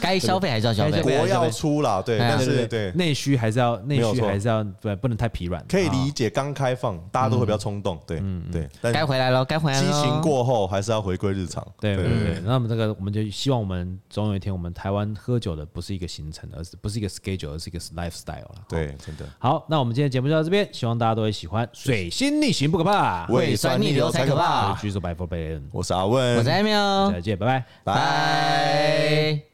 该消费还是要消该费消。费国要出啦，对，哎呀但是对，内需还是要没内有需错还是要不不能太疲软，可以理解刚开放，大家都会比较冲动，对对，但该回来了，该回来激了。情过后还是要回归日常，对嗯对对，对那么这个我们就希望我们总有一天，我们台湾喝酒的不是一个行程，而是不是一个 schedule，而是一个 lifestyle 了。对，真的，好，那我们今天的节目就到这边，希望大家都会喜欢。水星逆行不可怕，我胃酸逆流才可怕我是。举手拜佛拜恩，嗯我是阿问，我在 m 再见，拜拜。拜。哦拜。